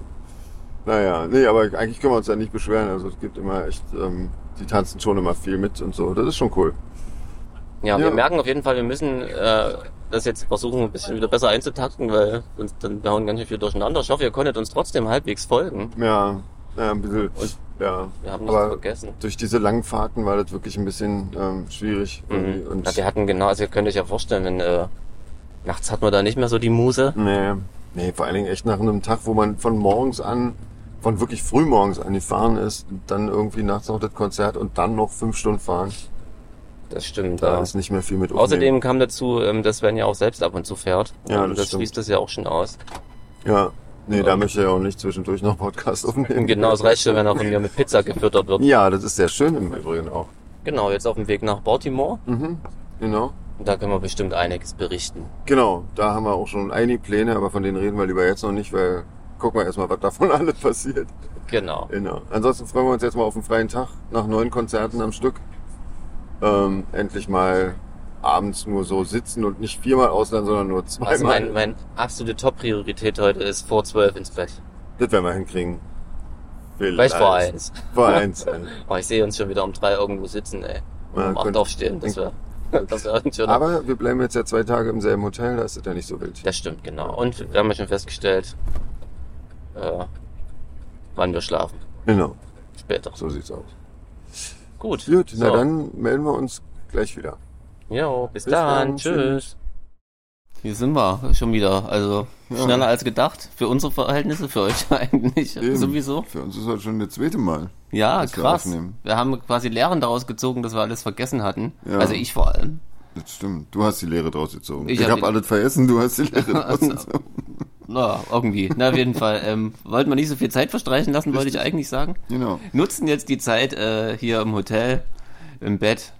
[SPEAKER 1] Naja, nee, aber eigentlich können wir uns da nicht beschweren. Also es gibt immer echt, ähm, die tanzen schon immer viel mit und so. Das ist schon cool.
[SPEAKER 2] Ja, wir
[SPEAKER 1] Ja.
[SPEAKER 2] merken auf jeden Fall, wir müssen äh, das jetzt versuchen, ein bisschen wieder besser einzutakten, weil sonst dann wir hauen ganz schön viel durcheinander. Ich hoffe, ihr konntet uns trotzdem halbwegs folgen.
[SPEAKER 1] Ja, ja ein bisschen.
[SPEAKER 2] Und
[SPEAKER 1] ja.
[SPEAKER 2] wir haben nichts
[SPEAKER 1] aber
[SPEAKER 2] vergessen.
[SPEAKER 1] durch diese langen Fahrten war das wirklich ein bisschen ähm, schwierig. irgendwie.
[SPEAKER 2] Mhm.
[SPEAKER 1] Und
[SPEAKER 2] Ja, wir hatten genau, also ihr könnt euch ja vorstellen, wenn äh, nachts hat man da nicht mehr so die Muse.
[SPEAKER 1] nee, nee, vor allen Dingen echt nach einem Tag, wo man von morgens an, von wirklich frühmorgens an gefahren ist, dann irgendwie nachts noch das Konzert und dann noch fünf Stunden fahren.
[SPEAKER 2] Das stimmt.
[SPEAKER 1] Da
[SPEAKER 2] ja.
[SPEAKER 1] ist nicht mehr viel mit
[SPEAKER 2] Außerdem kam dazu, ähm, dass Sven ja auch selbst ab und zu fährt.
[SPEAKER 1] Ja,
[SPEAKER 2] Ähm,
[SPEAKER 1] das
[SPEAKER 2] das
[SPEAKER 1] stimmt.
[SPEAKER 2] schließt das ja auch schon aus.
[SPEAKER 1] Ja, nee, da möchte ich auch nicht zwischendurch noch Podcast aufnehmen.
[SPEAKER 2] Genau, es reicht schon, wenn er von mir mit Pizza gefüttert wird.
[SPEAKER 1] Ja, das ist sehr schön im Übrigen auch.
[SPEAKER 2] Genau, jetzt auf dem Weg nach Baltimore.
[SPEAKER 1] Mhm, genau.
[SPEAKER 2] Und Da können wir bestimmt einiges berichten.
[SPEAKER 1] Genau, da haben wir auch schon einige Pläne, aber von denen reden wir lieber jetzt noch nicht, weil gucken wir erstmal, was davon alles passiert.
[SPEAKER 2] Genau.
[SPEAKER 1] Genau. Ansonsten freuen wir uns jetzt mal auf einen freien Tag nach neun Konzerten am Stück. Ähm, endlich mal abends nur so sitzen und nicht viermal ausland, sondern nur zweimal.
[SPEAKER 2] Also mein, mein absolute Top-Priorität heute ist vor zwölf ins Bett.
[SPEAKER 1] das werden wir hinkriegen.
[SPEAKER 2] Vielleicht vor eins.
[SPEAKER 1] Vor eins. ja.
[SPEAKER 2] Oh, ich sehe uns schon wieder um drei irgendwo sitzen, ey. Und
[SPEAKER 1] Ja,
[SPEAKER 2] um acht
[SPEAKER 1] könnte-
[SPEAKER 2] aufstehen, das wäre das wär ein schöner.
[SPEAKER 1] Aber wir bleiben jetzt ja zwei Tage im selben Hotel, da ist das ja nicht so wild.
[SPEAKER 2] das stimmt, genau. Und wir haben ja schon festgestellt, äh, wann wir schlafen.
[SPEAKER 1] Genau,
[SPEAKER 2] Später.
[SPEAKER 1] so sieht's aus.
[SPEAKER 2] Gut.
[SPEAKER 1] Gut, na
[SPEAKER 2] So.
[SPEAKER 1] dann melden wir uns gleich wieder.
[SPEAKER 2] Jo, bis,
[SPEAKER 1] Bis
[SPEAKER 2] dann.
[SPEAKER 1] dann,
[SPEAKER 2] Tschüss. Hier sind wir schon wieder. Also schneller als gedacht. Für unsere Verhältnisse, für euch eigentlich.
[SPEAKER 3] Eben.
[SPEAKER 2] Sowieso.
[SPEAKER 3] Für uns ist heute schon das zweite Mal.
[SPEAKER 2] Ja,
[SPEAKER 3] dass wir
[SPEAKER 2] krass.
[SPEAKER 3] aufnehmen.
[SPEAKER 2] Wir haben quasi Lehren daraus gezogen, dass wir alles vergessen hatten.
[SPEAKER 3] Ja.
[SPEAKER 2] Also ich vor allem.
[SPEAKER 3] Das stimmt. Du hast die Lehre draus gezogen.
[SPEAKER 2] Ich
[SPEAKER 3] Ich,
[SPEAKER 2] hab
[SPEAKER 3] habe
[SPEAKER 2] die- Also,
[SPEAKER 3] alles vergessen, du hast die Lehre draus gezogen.
[SPEAKER 2] Na, irgendwie. Na, auf jeden Fall. Ähm, wollten wir nicht so viel Zeit verstreichen lassen, wollte ich eigentlich sagen.
[SPEAKER 3] Genau.
[SPEAKER 2] Nutzen jetzt die Zeit äh, hier im Hotel, im Bett,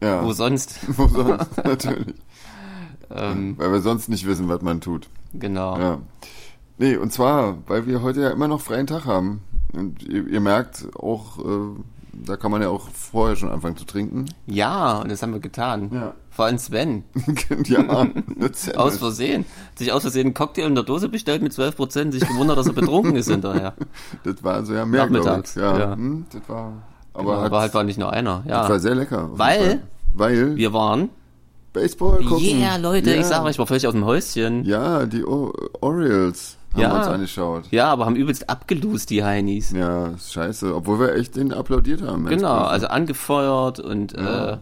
[SPEAKER 3] Ja.
[SPEAKER 2] wo sonst.
[SPEAKER 3] Wo sonst? Natürlich.
[SPEAKER 2] Ähm,
[SPEAKER 3] Weil wir sonst nicht wissen, was man tut.
[SPEAKER 2] genau.
[SPEAKER 3] Ja. Nee, und zwar, weil wir heute ja immer noch freien Tag haben. Und ihr, ihr merkt auch, äh, da kann man ja auch vorher schon anfangen zu trinken.
[SPEAKER 2] Ja, und das haben wir getan.
[SPEAKER 3] Ja.
[SPEAKER 2] Vor allem Sven.
[SPEAKER 3] ja, das ist
[SPEAKER 2] Aus Versehen. Hat sich aus Versehen einen Cocktail in der Dose bestellt mit 12%, sich gewundert, dass er betrunken ist hinterher.
[SPEAKER 3] Das war also ja mehr, glaube
[SPEAKER 2] Nachmittags,
[SPEAKER 3] ich. Ja.
[SPEAKER 2] ja.
[SPEAKER 3] Hm, das war, aber
[SPEAKER 2] Aber
[SPEAKER 3] hat,
[SPEAKER 2] war halt war nicht nur einer.
[SPEAKER 3] das war
[SPEAKER 2] Ja.
[SPEAKER 3] sehr lecker. auf
[SPEAKER 2] Weil-
[SPEAKER 3] jeden Fall. Weil
[SPEAKER 2] Wir waren.
[SPEAKER 3] Baseball gucken.
[SPEAKER 2] Yeah, Leute,
[SPEAKER 3] Ja.
[SPEAKER 2] ich sag euch, ich war völlig aus dem Häuschen. Ja,
[SPEAKER 3] Ja, die o Orioles haben
[SPEAKER 2] Ja.
[SPEAKER 3] wir uns angeschaut.
[SPEAKER 2] aber haben übelst abgelust, die Heinis.
[SPEAKER 3] Ja, ist scheiße. Obwohl wir echt den applaudiert haben.
[SPEAKER 2] genau, also angefeuert und äh,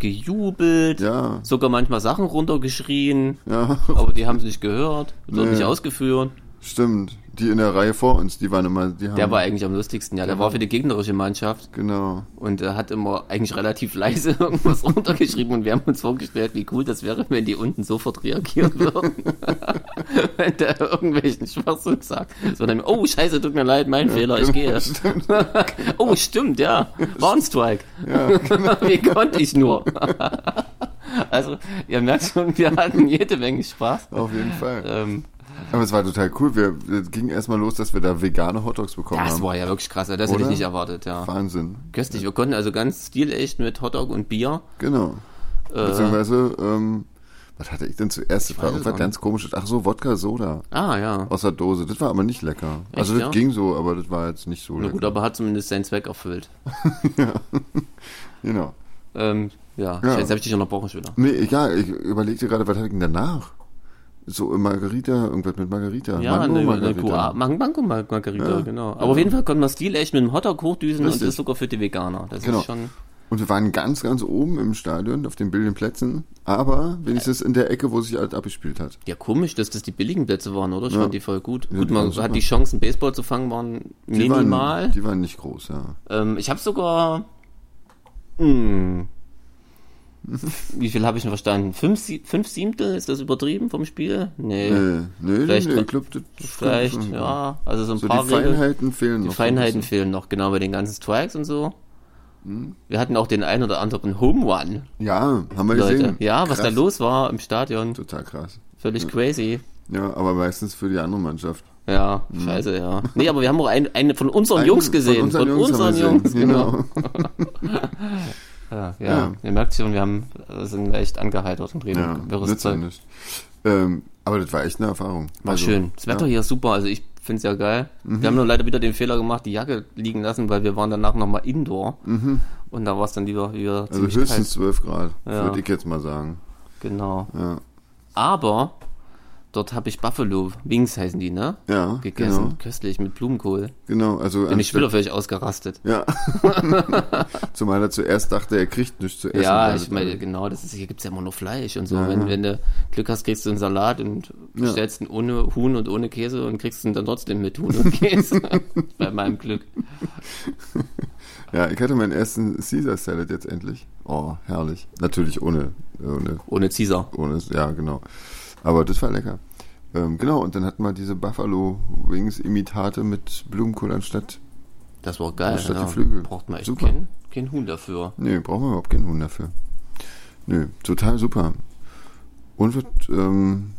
[SPEAKER 2] gejubelt.
[SPEAKER 3] Ja.
[SPEAKER 2] Sogar manchmal Sachen runtergeschrien.
[SPEAKER 3] Ja,
[SPEAKER 2] Aber die haben es nicht gehört. Es wurde
[SPEAKER 3] Nee.
[SPEAKER 2] nicht ausgeführt.
[SPEAKER 3] stimmt. Die in der Reihe vor uns, die waren immer, die haben.
[SPEAKER 2] Der war eigentlich am lustigsten, ja. Der war für die gegnerische Mannschaft.
[SPEAKER 3] Genau.
[SPEAKER 2] Und er hat immer eigentlich relativ leise irgendwas runtergeschrieben und wir haben uns vorgestellt, wie cool das wäre, wenn die unten sofort reagieren würden. wenn der irgendwelchen Schwachsinn sagt. Sondern, oh scheiße, tut mir leid, mein Fehler, ich gehe.
[SPEAKER 3] Stimmt.
[SPEAKER 2] oh, stimmt, ja. War ein Strike. wie konnte ich nur? also, ihr merkt schon, wir hatten jede Menge Spaß.
[SPEAKER 3] Auf jeden Fall.
[SPEAKER 2] Ähm,
[SPEAKER 3] Aber es war total cool. Wir, es ging erstmal los, dass wir da vegane Hotdogs bekommen
[SPEAKER 2] das
[SPEAKER 3] haben.
[SPEAKER 2] war ja wirklich krass, das hätte ich
[SPEAKER 3] Oder?
[SPEAKER 2] nicht erwartet, ja.
[SPEAKER 3] Wahnsinn.
[SPEAKER 2] Köstlich, wir konnten also ganz stilecht mit Hotdog und Bier.
[SPEAKER 3] Genau. Beziehungsweise, ähm, was hatte ich denn zuerst? Das war
[SPEAKER 2] Äh. weiß es auch
[SPEAKER 3] irgendwas
[SPEAKER 2] nicht.
[SPEAKER 3] ganz komisches. Ach so, Wodka-Soda
[SPEAKER 2] Ah, ja.
[SPEAKER 3] aus der Dose. Das war aber nicht lecker. also
[SPEAKER 2] Echt,
[SPEAKER 3] das
[SPEAKER 2] ja?
[SPEAKER 3] ging so, aber das war jetzt nicht so
[SPEAKER 2] Na
[SPEAKER 3] lecker.
[SPEAKER 2] gut, aber hat zumindest seinen Zweck erfüllt.
[SPEAKER 3] Genau.
[SPEAKER 2] Ähm, ja,
[SPEAKER 3] Ja.
[SPEAKER 2] jetzt habe ich dich unterbrochen schon wieder.
[SPEAKER 3] Nee, egal, ich überlegte gerade, was hatte ich denn danach? So in Margarita, irgendwas mit Margarita.
[SPEAKER 2] Ja,
[SPEAKER 3] Mango,
[SPEAKER 2] eine, eine
[SPEAKER 3] Margarita.
[SPEAKER 2] Kuh. Mango Margarita,
[SPEAKER 3] Ja,
[SPEAKER 2] genau. Aber auf jeden Fall konnte man Stil echt mit dem Hotdog hochdüsen und
[SPEAKER 3] Richtig.
[SPEAKER 2] ist sogar für die Veganer. Das
[SPEAKER 3] Genau.
[SPEAKER 2] ist schon.
[SPEAKER 3] Und wir waren ganz, ganz oben im Stadion, auf den billigen Plätzen, aber wenigstens in der Ecke, wo sich halt abgespielt hat.
[SPEAKER 2] Ja, komisch, dass das die billigen Plätze waren, oder? Ich fand die voll gut. gut,
[SPEAKER 3] die
[SPEAKER 2] man
[SPEAKER 3] waren super.
[SPEAKER 2] hat die Chancen, Baseball zu fangen, waren
[SPEAKER 3] Die
[SPEAKER 2] minimal.
[SPEAKER 3] Waren, die waren nicht groß, ja.
[SPEAKER 2] ähm, ich habe sogar. Hm, Wie viel habe ich denn verstanden? Fünf, Sie- fünf Siebtel? Ist das übertrieben vom Spiel? Nee.
[SPEAKER 1] Äh, nö,
[SPEAKER 2] Vielleicht-
[SPEAKER 1] nö, ich glaube, das stimmt
[SPEAKER 2] Vielleicht,
[SPEAKER 1] schon.
[SPEAKER 2] ja. Also so ein
[SPEAKER 1] So die
[SPEAKER 2] paar Regeln.
[SPEAKER 1] Feinheiten fehlen
[SPEAKER 2] Die
[SPEAKER 1] noch.
[SPEAKER 2] Feinheiten fehlen noch, genau, bei den ganzen Strikes und so. Wir hatten auch den ein oder anderen Home Run,
[SPEAKER 1] Ja, haben wir
[SPEAKER 2] Leute.
[SPEAKER 1] gesehen.
[SPEAKER 2] Ja, was
[SPEAKER 1] Krass.
[SPEAKER 2] da los war im Stadion.
[SPEAKER 1] Total krass.
[SPEAKER 2] Völlig crazy.
[SPEAKER 1] Ja, aber meistens für die andere Mannschaft.
[SPEAKER 2] Ja, scheiße, ja. Nee, aber wir haben auch ein, eine von unseren
[SPEAKER 1] Einen
[SPEAKER 2] Jungs gesehen. Von unseren,
[SPEAKER 1] haben wir
[SPEAKER 2] Jungs,
[SPEAKER 1] gesehen,
[SPEAKER 2] genau. Ja, ja,
[SPEAKER 1] Ja.
[SPEAKER 2] ihr merkt schon, wir haben, äh, sind echt angeheitert und reden
[SPEAKER 1] Ja,
[SPEAKER 2] wirres
[SPEAKER 1] nützt ja
[SPEAKER 2] Zeug.
[SPEAKER 1] nicht. Ähm, aber das war echt eine Erfahrung.
[SPEAKER 2] War
[SPEAKER 1] Also, Mhm.
[SPEAKER 2] schön. Das Wetter hier ist super, also ich finde es ja geil. Wir haben nur leider wieder den Fehler gemacht, die Jacke liegen lassen, weil wir waren danach nochmal indoor. Und da war es dann wieder, wieder
[SPEAKER 1] Mhm. Also
[SPEAKER 2] ziemlich kalt.
[SPEAKER 1] höchstens 12 Grad,
[SPEAKER 2] Ja.
[SPEAKER 1] würde ich jetzt mal sagen.
[SPEAKER 2] Genau.
[SPEAKER 1] Ja,
[SPEAKER 2] Aber dort habe ich Buffalo Wings heißen die, ne?
[SPEAKER 1] ja
[SPEAKER 2] Gegessen,
[SPEAKER 1] genau.
[SPEAKER 2] köstlich mit Blumenkohl.
[SPEAKER 1] genau. Also
[SPEAKER 2] Bin ich
[SPEAKER 1] anstatt-
[SPEAKER 2] wieder völlig ausgerastet.
[SPEAKER 1] Ja. Zumal er zuerst dachte, er kriegt nichts zu essen.
[SPEAKER 2] Ja,
[SPEAKER 1] weil
[SPEAKER 2] ich
[SPEAKER 1] das-
[SPEAKER 2] meine, genau, das ist, hier gibt's ja immer nur Fleisch und so. wenn, wenn du Glück hast, kriegst du einen Salat und bestellst ihn ohne Huhn und ohne Käse und kriegst ihn dann trotzdem mit Huhn und Käse. Bei meinem Glück.
[SPEAKER 1] Ja, ich hatte meinen ersten Caesar Salad jetzt endlich. Oh, herrlich. Natürlich ohne, ohne,
[SPEAKER 2] Ohne Caesar.
[SPEAKER 1] ohne, ja, genau. Aber das war lecker. Ähm, genau, und dann hatten wir diese Buffalo Wings Imitate mit Blumenkohl anstatt.
[SPEAKER 2] Das war geil.
[SPEAKER 1] Anstatt die
[SPEAKER 2] ja.
[SPEAKER 1] Flügel.
[SPEAKER 2] Braucht man echt
[SPEAKER 1] Super.
[SPEAKER 2] kein, kein Huhn dafür.
[SPEAKER 1] Nee, brauchen wir überhaupt keinen Huhn dafür. Nee, total super. Und wird, ähm,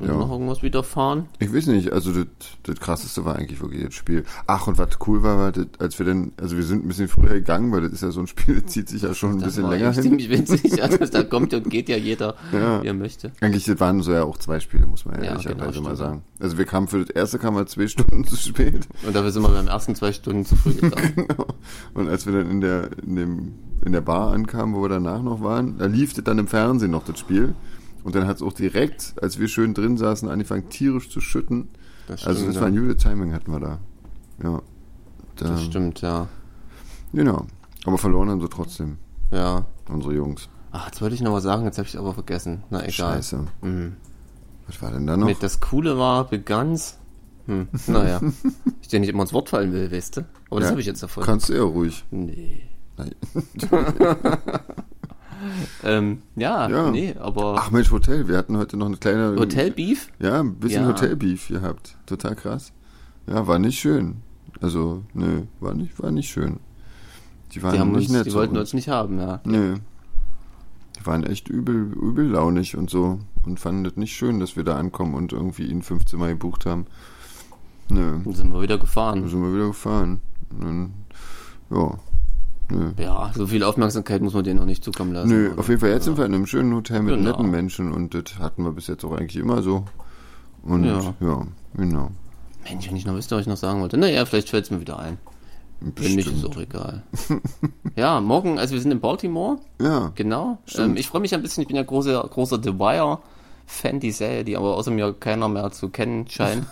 [SPEAKER 2] Und
[SPEAKER 1] Ja.
[SPEAKER 2] noch irgendwas widerfahren?
[SPEAKER 1] Ich weiß nicht, also das, das krasseste war eigentlich wirklich das Spiel. Ach, und was cool war, war das, als wir dann, also wir sind ein bisschen früher gegangen, weil das ist ja so ein Spiel, das zieht sich ja schon ein
[SPEAKER 2] Das
[SPEAKER 1] bisschen
[SPEAKER 2] war
[SPEAKER 1] länger
[SPEAKER 2] echt
[SPEAKER 1] hin.
[SPEAKER 2] ziemlich winzig. Also da kommt und geht ja jeder,
[SPEAKER 1] Ja.
[SPEAKER 2] wie er möchte.
[SPEAKER 1] Eigentlich, das waren so ja auch zwei Spiele, muss man
[SPEAKER 2] Ja,
[SPEAKER 1] ja ehrlicherweise
[SPEAKER 2] genau,
[SPEAKER 1] mal
[SPEAKER 2] stimmt.
[SPEAKER 1] sagen. Also wir kamen für das erste kamen wir zwei Stunden zu spät.
[SPEAKER 2] Und dafür sind wir beim ersten zwei Stunden zu früh gegangen.
[SPEAKER 1] Genau. Und als wir dann in der, in dem, in der Bar ankamen, wo wir danach noch waren, da lief das dann im Fernsehen noch das Spiel. Und dann hat es auch direkt, als wir schön drin saßen, angefangen tierisch zu schütten.
[SPEAKER 2] Das
[SPEAKER 1] also das war ein gutes Timing hatten wir da. Ja. Da,
[SPEAKER 2] Das stimmt, ja.
[SPEAKER 1] Genau. Aber verloren haben sie trotzdem,
[SPEAKER 2] Ja.
[SPEAKER 1] unsere Jungs.
[SPEAKER 2] Ach, jetzt wollte ich noch was sagen, jetzt habe ich es aber vergessen. Na egal.
[SPEAKER 1] Scheiße.
[SPEAKER 2] Mhm.
[SPEAKER 1] Was war denn da noch?
[SPEAKER 2] Mit das Coole war, begann's. Hm, naja. ich dir nicht immer ins Wort fallen will, weißt du? Aber oh, das
[SPEAKER 1] Ja.
[SPEAKER 2] habe ich jetzt davon.
[SPEAKER 1] Kannst du ja ruhig.
[SPEAKER 2] nee.
[SPEAKER 1] Nein.
[SPEAKER 2] Ähm, ja,
[SPEAKER 1] Ja.
[SPEAKER 2] nee, aber
[SPEAKER 1] Ach Mensch, Hotel. Wir hatten heute noch eine kleine...
[SPEAKER 2] Hotel Beef?
[SPEAKER 1] Ja, ein bisschen
[SPEAKER 2] Ja.
[SPEAKER 1] Hotelbeef gehabt. Total krass. Ja, war nicht schön. Also, nö, war nicht, war nicht schön. Die waren
[SPEAKER 2] Die, haben
[SPEAKER 1] nicht
[SPEAKER 2] uns,
[SPEAKER 1] nett
[SPEAKER 2] die
[SPEAKER 1] zu
[SPEAKER 2] wollten
[SPEAKER 1] uns.
[SPEAKER 2] uns nicht haben, ja.
[SPEAKER 1] Nö. Die waren echt übel, übel launig und so und fanden das nicht schön, dass wir da ankommen und irgendwie ihnen fünf Zimmer gebucht haben. Nö.
[SPEAKER 2] Dann sind wir wieder
[SPEAKER 1] Dann
[SPEAKER 2] gefahren.
[SPEAKER 1] sind wir wieder gefahren. Und dann, ja. Nö.
[SPEAKER 2] Ja, so viel Aufmerksamkeit muss man denen noch nicht zukommen lassen.
[SPEAKER 1] Nö,
[SPEAKER 2] oder?
[SPEAKER 1] auf jeden Fall jetzt sind wir in einem schönen Hotel mit
[SPEAKER 2] Genau.
[SPEAKER 1] netten Menschen und das hatten wir bis jetzt auch eigentlich immer so. Und
[SPEAKER 2] Ja.
[SPEAKER 1] ja, genau.
[SPEAKER 2] Mensch, wenn ich noch wüsste, was ich noch sagen wollte. Naja, vielleicht fällt es mir wieder ein. Wenn nicht, ist auch egal. ja, morgen, also wir sind in Baltimore,
[SPEAKER 1] Ja.
[SPEAKER 2] genau. Ähm, ich freue mich ein bisschen, ich bin ja großer, großer The Wire-Fan, die Serie, die aber außer mir keiner mehr zu kennen scheint.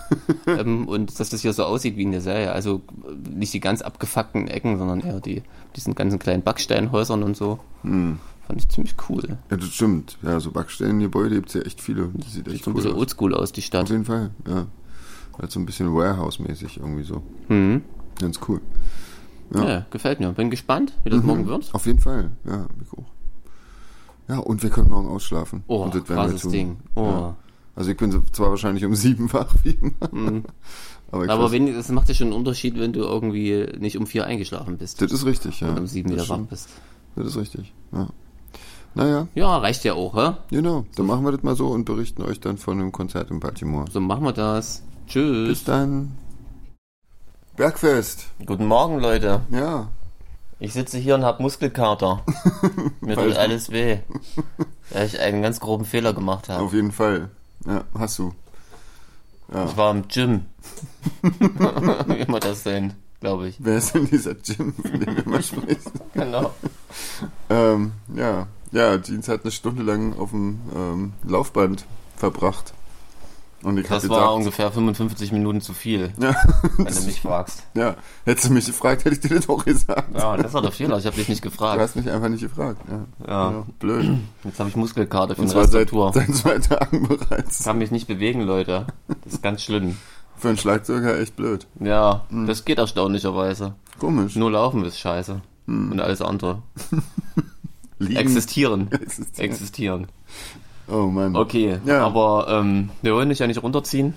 [SPEAKER 2] ähm, und dass das hier so aussieht wie in der Serie. Also äh, nicht die ganz abgefuckten Ecken, sondern eher die diesen ganzen kleinen Backsteinhäusern und so.
[SPEAKER 1] Hm.
[SPEAKER 2] Fand ich ziemlich cool.
[SPEAKER 1] Ja, das stimmt. Ja, so Backstellengebäude gibt es ja echt viele. Das sieht
[SPEAKER 2] Sieht
[SPEAKER 1] echt
[SPEAKER 2] so ein
[SPEAKER 1] cool
[SPEAKER 2] bisschen
[SPEAKER 1] aus.
[SPEAKER 2] oldschool aus, die
[SPEAKER 1] Auf
[SPEAKER 2] Stadt.
[SPEAKER 1] jeden Fall, ja. Halt so ein bisschen Warehouse-mäßig irgendwie so.
[SPEAKER 2] Mhm.
[SPEAKER 1] Ganz cool.
[SPEAKER 2] Ja.
[SPEAKER 1] Ja. Mhm.
[SPEAKER 2] gefällt mir. Bin gespannt, wie das morgen wird.
[SPEAKER 1] Auf jeden Fall, ja, Mikro. Ja, und wir können morgen ausschlafen.
[SPEAKER 2] Oh,
[SPEAKER 1] und
[SPEAKER 2] krasses Ding. Oh.
[SPEAKER 1] Ja. Also ich bin so- zwar wahrscheinlich um sieben wach, wie immer. Aber, ich
[SPEAKER 2] Mhm. Aber
[SPEAKER 1] weiß,
[SPEAKER 2] wenigstens es macht ja schon einen Unterschied, wenn du irgendwie nicht um vier eingeschlafen bist
[SPEAKER 1] das ist richtig, ja.
[SPEAKER 2] und um sieben
[SPEAKER 1] das,
[SPEAKER 2] wieder wach
[SPEAKER 1] stimmt.
[SPEAKER 2] bist.
[SPEAKER 1] das ist richtig, ja. Naja,
[SPEAKER 2] Ja, reicht ja auch, hä?
[SPEAKER 1] genau. Dann machen wir das mal so und berichten euch dann von einem Konzert in Baltimore.
[SPEAKER 2] So machen wir das. Tschüss.
[SPEAKER 1] Bis dann. Bergfest.
[SPEAKER 2] Guten Morgen, Leute.
[SPEAKER 1] Ja,
[SPEAKER 2] Ich sitze hier und hab Muskelkater. Mir tut
[SPEAKER 1] Weil-
[SPEAKER 2] alles weh. Weil ich einen ganz groben Fehler gemacht habe.
[SPEAKER 1] auf jeden Fall. Ja, hast du.
[SPEAKER 2] Ich war im Gym. Wie immer das denn, glaube ich.
[SPEAKER 1] Wer ist denn dieser Jim, von dem du immer sprichst?
[SPEAKER 2] Genau.
[SPEAKER 1] Ähm, ja. Ja, Jeans hat eine Stunde lang auf dem ähm, Laufband verbracht. Und ich hab
[SPEAKER 2] Das war
[SPEAKER 1] gedacht,
[SPEAKER 2] ungefähr 55 Minuten zu viel, wenn du mich fragst.
[SPEAKER 1] ja, hättest du mich gefragt, hätte ich dir das auch gesagt.
[SPEAKER 2] Ja, das war der Fehler. Ich habe dich nicht
[SPEAKER 1] Du
[SPEAKER 2] gefragt.
[SPEAKER 1] hast mich einfach nicht gefragt. Ja,
[SPEAKER 2] Ja.
[SPEAKER 1] Genau, blöd.
[SPEAKER 2] Jetzt habe ich Muskelkater für
[SPEAKER 1] Und
[SPEAKER 2] den
[SPEAKER 1] zwar
[SPEAKER 2] Rest der
[SPEAKER 1] seit,
[SPEAKER 2] Tour.
[SPEAKER 1] seit zwei Tagen
[SPEAKER 2] Ich
[SPEAKER 1] bereits.
[SPEAKER 2] kann mich nicht bewegen, Leute. Das ist ganz schlimm.
[SPEAKER 1] Für einen Schlagzeuger echt blöd.
[SPEAKER 2] Ja, das geht erstaunlicherweise.
[SPEAKER 1] Komisch.
[SPEAKER 2] Nur laufen ist scheiße. Und alles andere.
[SPEAKER 1] Liegen.
[SPEAKER 2] Existieren.
[SPEAKER 1] Existieren.
[SPEAKER 2] Existieren.
[SPEAKER 1] Oh Mann.
[SPEAKER 2] Okay,
[SPEAKER 1] Ja.
[SPEAKER 2] aber ähm, wir wollen dich ja nicht runterziehen.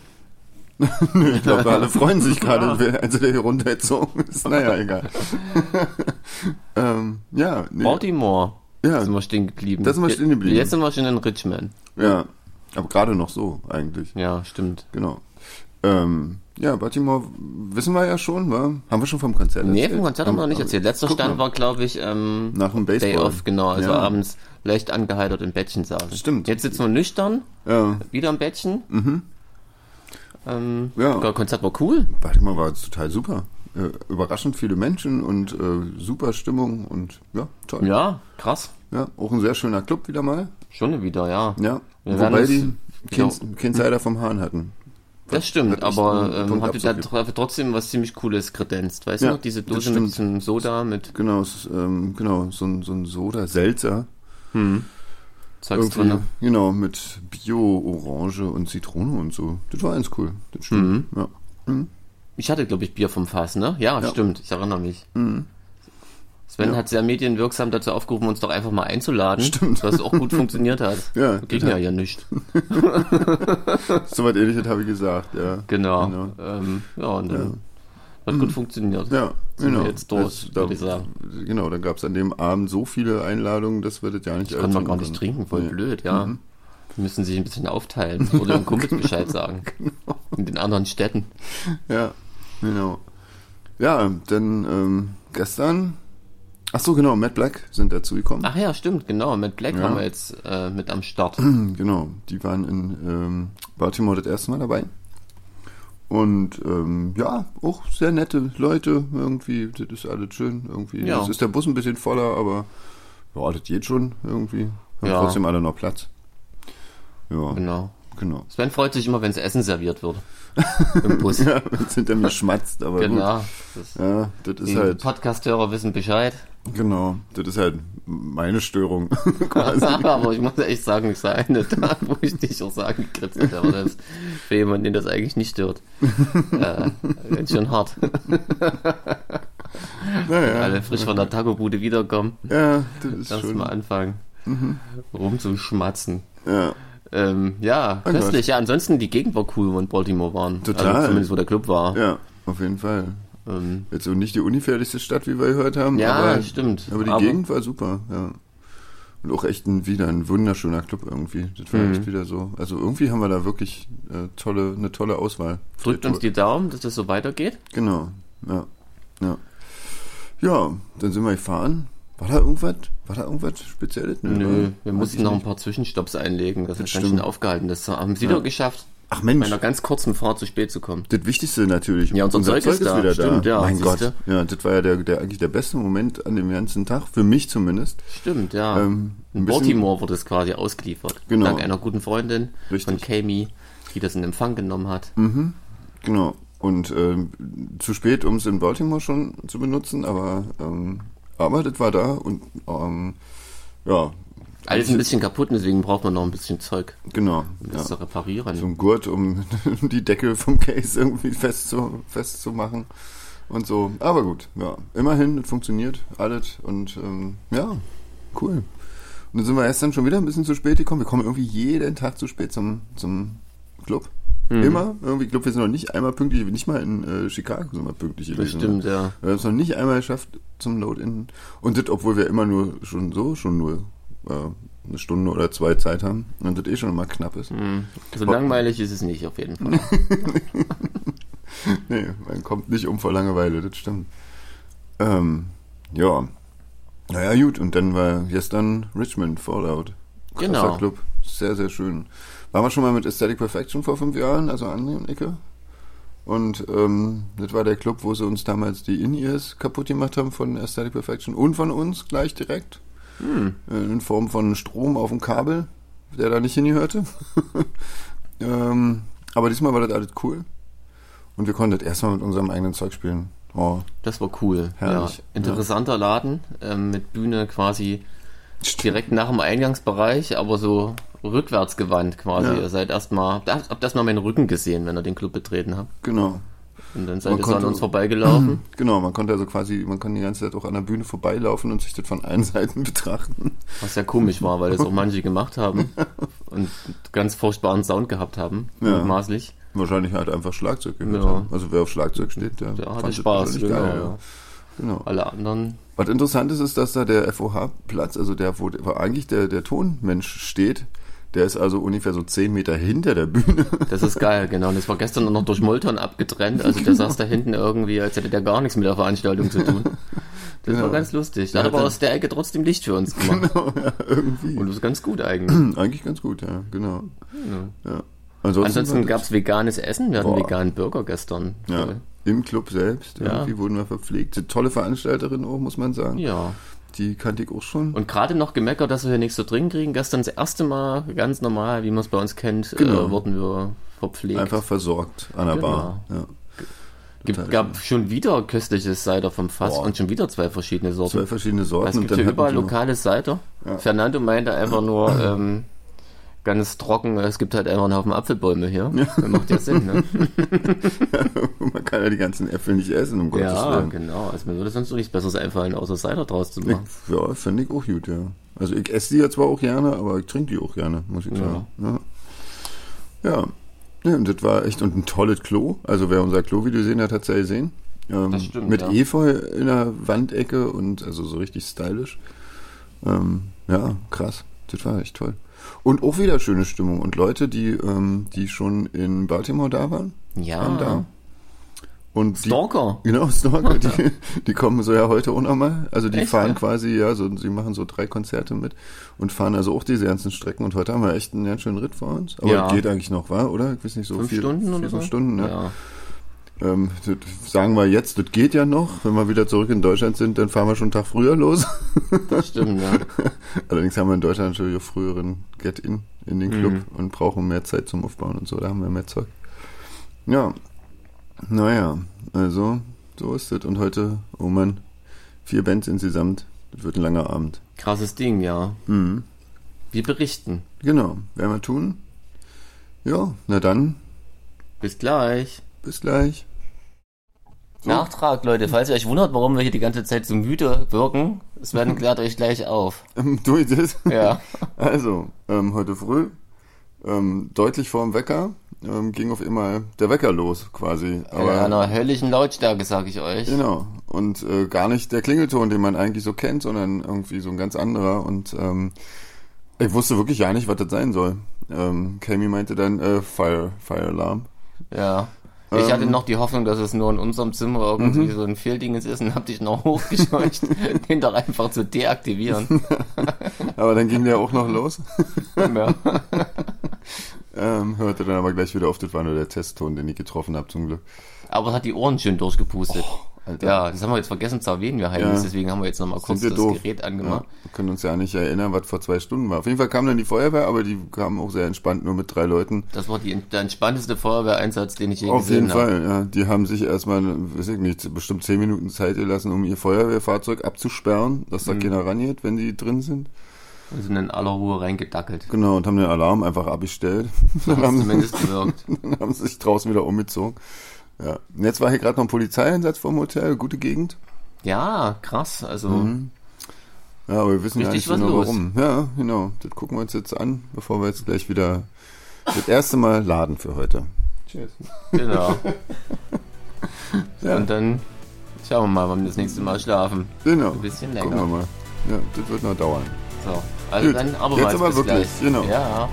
[SPEAKER 1] Ich glaube, alle freuen sich gerade, also der hier runtergezogen ist. Naja, egal. ähm, ja, nee.
[SPEAKER 2] Baltimore.
[SPEAKER 1] Ja.
[SPEAKER 2] Sind wir stehen geblieben.
[SPEAKER 1] Da sind wir stehen geblieben.
[SPEAKER 2] Jetzt sind wir schon in Richmond.
[SPEAKER 1] ja. Aber gerade noch so, eigentlich.
[SPEAKER 2] Ja, stimmt.
[SPEAKER 1] Genau. Ähm, ja, Baltimore wissen wir ja schon, wa? Haben wir schon vom Konzert
[SPEAKER 2] Nee,
[SPEAKER 1] erzählt?
[SPEAKER 2] vom Konzert haben wir noch nicht erzählt. Letzter
[SPEAKER 1] Guck
[SPEAKER 2] Stand
[SPEAKER 1] mal.
[SPEAKER 2] war, glaube ich, ähm,
[SPEAKER 1] Nach dem Baseball.
[SPEAKER 2] Day Off, genau. Also
[SPEAKER 1] Ja.
[SPEAKER 2] abends leicht angeheitert im Bettchen saßen.
[SPEAKER 1] Stimmt.
[SPEAKER 2] Jetzt sitzen wir nüchtern,
[SPEAKER 1] Ja,
[SPEAKER 2] wieder im Bettchen. Mhm. Ähm,
[SPEAKER 1] Ja.
[SPEAKER 2] ja. Konzert war cool.
[SPEAKER 1] Baltimore war total super. Äh, überraschend viele Menschen und äh, super Stimmung und ja, toll.
[SPEAKER 2] Ja, krass.
[SPEAKER 1] Ja, auch ein sehr schöner Club wieder mal.
[SPEAKER 2] Schon wieder, ja.
[SPEAKER 1] Ja,
[SPEAKER 2] Wir werden
[SPEAKER 1] wobei
[SPEAKER 2] es-
[SPEAKER 1] die
[SPEAKER 2] genau.
[SPEAKER 1] Kinds, Kinsider vom Hahn hatten.
[SPEAKER 2] Das stimmt,
[SPEAKER 1] Wird echt
[SPEAKER 2] aber
[SPEAKER 1] einen
[SPEAKER 2] ähm,
[SPEAKER 1] Punkt
[SPEAKER 2] habt ihr da
[SPEAKER 1] abzugeben.
[SPEAKER 2] tr- trotzdem was ziemlich Cooles kredenzt. Weißt
[SPEAKER 1] Ja,
[SPEAKER 2] du noch, diese
[SPEAKER 1] das
[SPEAKER 2] Dose mit
[SPEAKER 1] stimmt.
[SPEAKER 2] diesem Soda, mit
[SPEAKER 1] Genau, es ist, ähm, genau so, ein, so ein Soda, Seltzer.
[SPEAKER 2] Zeugs
[SPEAKER 1] Irgendwie,
[SPEAKER 2] drin.
[SPEAKER 1] genau, mit Bio-Orange und Zitrone und so. Das war eins cool. Das
[SPEAKER 2] Mhm.
[SPEAKER 1] stimmt. Ja.
[SPEAKER 2] Ich hatte, glaube ich, Bier vom Fass, ne? Ja, stimmt, ich erinnere mich. Sven
[SPEAKER 1] Mhm. Ja.
[SPEAKER 2] hat sehr medienwirksam dazu aufgerufen, uns doch einfach mal einzuladen, stimmt. was auch gut funktioniert hat.
[SPEAKER 1] Ja, genau.
[SPEAKER 2] Ging ja ja nicht.
[SPEAKER 1] Soweit ähnliches habe ich gesagt, ja.
[SPEAKER 2] Genau.
[SPEAKER 1] Genau. Mhm.
[SPEAKER 2] Ähm, ja, und dann hat gut funktioniert.
[SPEAKER 1] Ja,
[SPEAKER 2] Sind
[SPEAKER 1] genau.
[SPEAKER 2] wir jetzt durch,
[SPEAKER 1] Das- da-
[SPEAKER 2] würde ich sagen.
[SPEAKER 1] Genau, da gab es an dem Abend so viele Einladungen, das wird das ja Mhm. nicht
[SPEAKER 2] Kann
[SPEAKER 1] alles
[SPEAKER 2] man gar nicht
[SPEAKER 1] hinkommen.
[SPEAKER 2] trinken, voll
[SPEAKER 1] Nee.
[SPEAKER 2] blöd, ja. Wir müssen sich ein bisschen aufteilen oder dem Kumpel
[SPEAKER 1] Genau.
[SPEAKER 2] Bescheid sagen. In den anderen Städten.
[SPEAKER 1] Ja, genau. Ja, dann ähm, gestern. Ach so, genau, Matt Black sind dazu gekommen.
[SPEAKER 2] Ach ja, stimmt, genau. Matt Black
[SPEAKER 1] Ja.
[SPEAKER 2] haben wir jetzt äh, mit am Start.
[SPEAKER 1] Genau, die waren in ähm, Baltimore das erste Mal dabei. Und ähm, ja, auch sehr nette Leute irgendwie. Das ist alles schön irgendwie.
[SPEAKER 2] Ja.
[SPEAKER 1] Ja. Jetzt ist der Bus ein bisschen voller, aber ja, das geht schon irgendwie. Haben
[SPEAKER 2] Ja.
[SPEAKER 1] trotzdem alle noch Platz. Ja, genau.
[SPEAKER 2] Genau. Sven freut sich immer, wenn das Essen serviert wird. Im Bus.
[SPEAKER 1] Ja, jetzt hinter mir schmatzt, aber gut.
[SPEAKER 2] genau. Das,
[SPEAKER 1] Ja, das ist
[SPEAKER 2] die
[SPEAKER 1] halt,
[SPEAKER 2] Podcast-Hörer wissen Bescheid.
[SPEAKER 1] genau, das ist halt meine Störung quasi.
[SPEAKER 2] aber ich muss echt sagen, ich sah eine Tag, wo ich dich auch sagen gekritzelt habe. Das ist für jemanden, den das eigentlich nicht stört. äh, ganz schön hart.
[SPEAKER 1] Naja,
[SPEAKER 2] Alle frisch von der Taco-Bude wiederkommen.
[SPEAKER 1] ja, das ist Mhm.
[SPEAKER 2] Lass
[SPEAKER 1] schon,
[SPEAKER 2] mal anfangen. Rumzuschmatzen.
[SPEAKER 1] ja,
[SPEAKER 2] Ähm,
[SPEAKER 1] Oh
[SPEAKER 2] ja,
[SPEAKER 1] Gott.
[SPEAKER 2] köstlich. Ja, ansonsten die Gegend war cool, wo wir in Baltimore waren. Also
[SPEAKER 1] Total.
[SPEAKER 2] zumindest wo der Club war.
[SPEAKER 1] ja, auf jeden Fall.
[SPEAKER 2] Ähm,
[SPEAKER 1] Jetzt so nicht die unifährlichste Stadt, wie wir gehört haben.
[SPEAKER 2] Ja,
[SPEAKER 1] aber,
[SPEAKER 2] stimmt.
[SPEAKER 1] Aber die
[SPEAKER 2] Aber-
[SPEAKER 1] Gegend war super, ja. Und auch echt ein, wieder ein wunderschöner Club irgendwie. Das war
[SPEAKER 2] Mhm.
[SPEAKER 1] echt wieder so. Also irgendwie haben wir da wirklich äh, tolle, eine tolle Auswahl.
[SPEAKER 2] drückt uns die Daumen, dass das so weitergeht.
[SPEAKER 1] Genau, ja. Ja, ja dann sind wir gefahren. War da irgendwas? War da irgendwas Spezielles?
[SPEAKER 2] Nö,
[SPEAKER 1] oder?
[SPEAKER 2] wir
[SPEAKER 1] Hm, Weiß
[SPEAKER 2] mussten
[SPEAKER 1] ich
[SPEAKER 2] noch ein
[SPEAKER 1] nicht.
[SPEAKER 2] paar Zwischenstopps einlegen. Das, hat ganz
[SPEAKER 1] stimmt.
[SPEAKER 2] schön aufgehalten. Das haben sie doch geschafft,
[SPEAKER 1] Ach
[SPEAKER 2] bei
[SPEAKER 1] Mensch,
[SPEAKER 2] einer ganz kurzen Fahrt zu spät zu kommen.
[SPEAKER 1] das Wichtigste natürlich.
[SPEAKER 2] Ja, unser Zeug ist da.
[SPEAKER 1] wieder
[SPEAKER 2] Stimmt,
[SPEAKER 1] da.
[SPEAKER 2] ja,
[SPEAKER 1] mein Gott.
[SPEAKER 2] siehste.
[SPEAKER 1] Ja, das war ja der, der, eigentlich der beste Moment an dem ganzen Tag. Für mich zumindest.
[SPEAKER 2] Stimmt, ja.
[SPEAKER 1] Ähm, ein bisschen-
[SPEAKER 2] in Baltimore wurde es quasi ausgeliefert.
[SPEAKER 1] Genau.
[SPEAKER 2] Dank einer guten Freundin
[SPEAKER 1] Richtig. Hm.
[SPEAKER 2] von Kami, die das in Empfang genommen hat.
[SPEAKER 1] Genau. Und ähm, zu spät, um es in Baltimore schon zu benutzen, aber, ähm, aber das war da und ähm, ja,
[SPEAKER 2] Alles ein bisschen kaputt, deswegen braucht man noch ein bisschen Zeug,
[SPEAKER 1] genau.
[SPEAKER 2] um
[SPEAKER 1] Ja.
[SPEAKER 2] das zu reparieren.
[SPEAKER 1] So ein Gurt, um die Decke vom Case irgendwie festzu, festzumachen und so. Aber gut, ja. Immerhin, das funktioniert alles und ähm, ja, cool. Und dann sind wir erst dann schon wieder ein bisschen zu spät gekommen. Wir kommen irgendwie jeden Tag zu spät zum, zum Club.
[SPEAKER 2] Mhm.
[SPEAKER 1] Immer irgendwie, ich glaube, wir sind noch nicht einmal pünktlich, nicht mal in äh, Chicago sind wir pünktlich
[SPEAKER 2] das
[SPEAKER 1] gewesen.
[SPEAKER 2] stimmt, ja.
[SPEAKER 1] Wir haben es noch nicht einmal geschafft zum Load-In. Und das, obwohl wir immer nur schon so, schon nur äh, eine Stunde oder zwei Zeit haben. Und das eh schon immer knapp ist.
[SPEAKER 2] Hm. So Also langweilig ist es nicht, auf jeden Fall.
[SPEAKER 1] Nee, man kommt nicht um vor Langeweile, das stimmt. Ähm, ja. Naja, gut, und dann war gestern Richmond Fallout. Krasser
[SPEAKER 2] Genau.
[SPEAKER 1] Club. Sehr, sehr schön. Waren wir schon mal mit Aesthetic Perfection vor fünf Jahren, also an der Ecke. Und ähm, das war der Club, wo sie uns damals die In-Ears kaputt gemacht haben von Aesthetic Perfection und von uns gleich direkt.
[SPEAKER 2] Hm.
[SPEAKER 1] Äh, In Form von Strom auf dem Kabel, der da nicht hingehörte. ähm, aber diesmal war das alles cool. Und wir konnten das erstmal mit unserem eigenen Zeug spielen. Oh,
[SPEAKER 2] Das war cool.
[SPEAKER 1] Herrlich,
[SPEAKER 2] Ja.
[SPEAKER 1] ja.
[SPEAKER 2] Interessanter Laden, ähm, mit Bühne quasi direkt nach dem Eingangsbereich, aber so rückwärts gewandt quasi.
[SPEAKER 1] Ja.
[SPEAKER 2] Ihr seid erstmal, habt habt erstmal meinen Rücken gesehen, wenn ihr den Club betreten habt.
[SPEAKER 1] genau.
[SPEAKER 2] Und dann seid
[SPEAKER 1] Man
[SPEAKER 2] ihr so an
[SPEAKER 1] konnte-
[SPEAKER 2] uns vorbeigelaufen.
[SPEAKER 1] Genau, man konnte also quasi, man kann die ganze Zeit auch an der Bühne vorbeilaufen und sich das von allen Seiten betrachten.
[SPEAKER 2] Was ja komisch war, weil das auch manche gemacht haben und ganz furchtbaren Sound gehabt haben,
[SPEAKER 1] Ja.
[SPEAKER 2] mutmaßlich.
[SPEAKER 1] Wahrscheinlich halt einfach Schlagzeug gehört.
[SPEAKER 2] Ja.
[SPEAKER 1] haben. Also wer auf Schlagzeug steht, der,
[SPEAKER 2] Der
[SPEAKER 1] fand
[SPEAKER 2] hatte
[SPEAKER 1] das
[SPEAKER 2] Spaß,
[SPEAKER 1] wahrscheinlich
[SPEAKER 2] genau.
[SPEAKER 1] geil, ja.
[SPEAKER 2] ja.
[SPEAKER 1] Genau.
[SPEAKER 2] Alle anderen,
[SPEAKER 1] Was interessant ist, ist, dass da der FOH-Platz, also der, wo der- wo eigentlich der, der Tonmensch steht, der ist also ungefähr so 10 Meter hinter der Bühne.
[SPEAKER 2] das ist geil, genau. Und das war gestern auch noch durch Molton abgetrennt, also der saß da hinten irgendwie, als hätte der gar nichts mit der Veranstaltung zu tun. Das war ganz lustig. Da hat aber aus der Ecke trotzdem Licht für uns gemacht.
[SPEAKER 1] genau, ja, irgendwie.
[SPEAKER 2] Und das ist ganz gut eigentlich.
[SPEAKER 1] eigentlich ganz gut, ja, genau. Ja. Ansonsten,
[SPEAKER 2] Ansonsten
[SPEAKER 1] war das-
[SPEAKER 2] gab es veganes Essen, wir hatten
[SPEAKER 1] Boah.
[SPEAKER 2] veganen Burger gestern.
[SPEAKER 1] ja, im Club selbst,
[SPEAKER 2] Ja.
[SPEAKER 1] irgendwie wurden wir verpflegt. Eine tolle Veranstalterin auch, muss man sagen.
[SPEAKER 2] Ja.
[SPEAKER 1] Die kannte ich auch schon.
[SPEAKER 2] Und gerade noch gemeckert, dass wir hier nichts zu trinken kriegen. Gestern das erste Mal, ganz normal, wie man es bei uns kennt,
[SPEAKER 1] Genau.
[SPEAKER 2] äh, wurden wir verpflegt.
[SPEAKER 1] Einfach versorgt an der
[SPEAKER 2] Genau.
[SPEAKER 1] Bar. Ja.
[SPEAKER 2] Gibt, gab schon wieder köstliches Cider vom Fass
[SPEAKER 1] Boah.
[SPEAKER 2] und schon wieder zwei verschiedene
[SPEAKER 1] Zwei
[SPEAKER 2] Sorten.
[SPEAKER 1] verschiedene Sorten.
[SPEAKER 2] Es gibt
[SPEAKER 1] und
[SPEAKER 2] hier
[SPEAKER 1] hatten
[SPEAKER 2] überall
[SPEAKER 1] die noch-
[SPEAKER 2] lokales Cider. Fernando meinte einfach nur ähm, ganz trocken, es gibt halt einfach einen Haufen Apfelbäume hier. Das Macht ja Sinn, ne?
[SPEAKER 1] Man kann ja die ganzen Äpfel nicht essen, um Gottes
[SPEAKER 2] ja,
[SPEAKER 1] Willen.
[SPEAKER 2] genau. Also mir würde sonst noch nichts Besseres einfallen, außer Cider draus zu machen.
[SPEAKER 1] Ich, ja, finde ich auch gut, ja. Also ich esse die ja zwar auch gerne, aber ich trinke die auch gerne, muss ich sagen. Ja. ja. Ja, und das war echt und ein tolles Klo. Also wer unser Klo-Video gesehen hat, hat es ja gesehen. Ähm,
[SPEAKER 2] Das stimmt,
[SPEAKER 1] mit
[SPEAKER 2] ja.
[SPEAKER 1] Efeu in der Wandecke und also so richtig stylisch. Ähm, ja, krass. Das war echt toll. Und auch wieder schöne Stimmung. Und Leute, die, ähm, die schon in Baltimore da waren, waren
[SPEAKER 2] Ja.
[SPEAKER 1] da. Und die,
[SPEAKER 2] Stalker.
[SPEAKER 1] Genau, Stalker, die, die kommen so ja heute auch nochmal. Also die
[SPEAKER 2] Echt,
[SPEAKER 1] fahren
[SPEAKER 2] ja?
[SPEAKER 1] quasi, ja, so, sie machen so drei Konzerte mit und fahren also auch diese ganzen Strecken. Und heute haben wir echt einen ganz schönen Ritt vor uns. Aber
[SPEAKER 2] Ja.
[SPEAKER 1] geht eigentlich noch, war, oder? Ich weiß nicht, so
[SPEAKER 2] Fünf
[SPEAKER 1] vier,
[SPEAKER 2] Stunden
[SPEAKER 1] vier,
[SPEAKER 2] oder so?
[SPEAKER 1] fünf Stunden, ne?
[SPEAKER 2] ja.
[SPEAKER 1] Ähm, das sagen wir jetzt, das geht ja noch. Wenn wir wieder zurück in Deutschland sind, dann fahren wir schon einen Tag früher los.
[SPEAKER 2] Das stimmt, ja.
[SPEAKER 1] Allerdings haben wir in Deutschland natürlich auch früheren Get-In in den Club und brauchen mehr Zeit zum Aufbauen und so, da haben wir mehr Zeug. Ja, naja, also so ist das. Und heute, oh Mann, vier Bands insgesamt, das wird ein langer Abend.
[SPEAKER 2] Krasses Ding, ja.
[SPEAKER 1] Mhm.
[SPEAKER 2] Wir berichten.
[SPEAKER 1] Genau, werden wir tun. Ja, na dann,
[SPEAKER 2] Bis gleich.
[SPEAKER 1] bis gleich. So.
[SPEAKER 2] Nachtrag, Leute, falls ihr euch wundert, warum wir hier die ganze Zeit so müde wirken, es werden klärt euch gleich auf.
[SPEAKER 1] Ähm, durch das.
[SPEAKER 2] Ja.
[SPEAKER 1] Also, ähm, heute früh, ähm, deutlich vorm Wecker, ähm, ging auf einmal der Wecker los quasi.
[SPEAKER 2] In einer höllischen Lautstärke, sag ich euch.
[SPEAKER 1] Genau. Und äh, gar nicht der Klingelton, den man eigentlich so kennt, sondern irgendwie so ein ganz anderer. Und ähm, ich wusste wirklich ja nicht, was das sein soll. Ähm, Kami meinte dann äh, Fire, Fire Alarm.
[SPEAKER 2] Ja. Ich hatte noch die Hoffnung, dass es nur in unserem Zimmer irgendwie so ein Fehldingens ist und hab dich noch hochgescheucht, den doch einfach zu deaktivieren.
[SPEAKER 1] Aber dann ging der auch noch los.
[SPEAKER 2] Ja.
[SPEAKER 1] Ähm, hörte dann aber gleich wieder auf, das war nur der Testton, den ich getroffen habe zum Glück.
[SPEAKER 2] Aber es hat die Ohren schön durchgepustet.
[SPEAKER 1] Alter.
[SPEAKER 2] ja, das haben wir jetzt vergessen zu erwähnen, wir Heimis,
[SPEAKER 1] Ja.
[SPEAKER 2] deswegen haben wir jetzt nochmal kurz
[SPEAKER 1] wir
[SPEAKER 2] das
[SPEAKER 1] doof.
[SPEAKER 2] Gerät
[SPEAKER 1] Ja,
[SPEAKER 2] angemacht.
[SPEAKER 1] wir können uns ja nicht erinnern, was vor zwei Stunden war. Auf jeden Fall kam dann die Feuerwehr, aber die kamen auch sehr entspannt, nur mit drei Leuten.
[SPEAKER 2] Das war die, der entspannteste Feuerwehreinsatz, den ich je
[SPEAKER 1] Auf jeden
[SPEAKER 2] gesehen habe.
[SPEAKER 1] Fall, ja. Die haben sich erstmal, weiß ich nicht, bestimmt zehn Minuten Zeit gelassen, um ihr Feuerwehrfahrzeug abzusperren, dass
[SPEAKER 2] Mhm.
[SPEAKER 1] da keiner rangeht, wenn die drin sind.
[SPEAKER 2] Wir sind in aller Ruhe reingedackelt.
[SPEAKER 1] Genau, und haben den Alarm einfach abgestellt. dann,
[SPEAKER 2] Hat's
[SPEAKER 1] haben sie,
[SPEAKER 2] zumindest gewirkt.
[SPEAKER 1] dann haben sie sich draußen wieder umgezogen. Ja. Und jetzt war hier gerade noch ein Polizeieinsatz vor dem Hotel, gute Gegend.
[SPEAKER 2] Ja, krass. Also,
[SPEAKER 1] Mhm. Ja, aber wir wissen
[SPEAKER 2] Richtig
[SPEAKER 1] ja nicht
[SPEAKER 2] was
[SPEAKER 1] genau
[SPEAKER 2] los.
[SPEAKER 1] warum. Ja, genau. Das gucken wir uns jetzt an, bevor wir jetzt gleich wieder das erste Mal laden für heute. Cheers.
[SPEAKER 2] genau.
[SPEAKER 1] Ja.
[SPEAKER 2] Und dann schauen wir mal, wann wir das nächste Mal schlafen.
[SPEAKER 1] Genau.
[SPEAKER 2] Ein bisschen
[SPEAKER 1] Gucken
[SPEAKER 2] länger.
[SPEAKER 1] wir mal. Ja, das wird noch dauern.
[SPEAKER 2] So. Also
[SPEAKER 1] Gut,
[SPEAKER 2] dann aber
[SPEAKER 1] jetzt
[SPEAKER 2] mal
[SPEAKER 1] aber
[SPEAKER 2] bis
[SPEAKER 1] wirklich,
[SPEAKER 2] gleich.
[SPEAKER 1] genau.
[SPEAKER 2] Ja.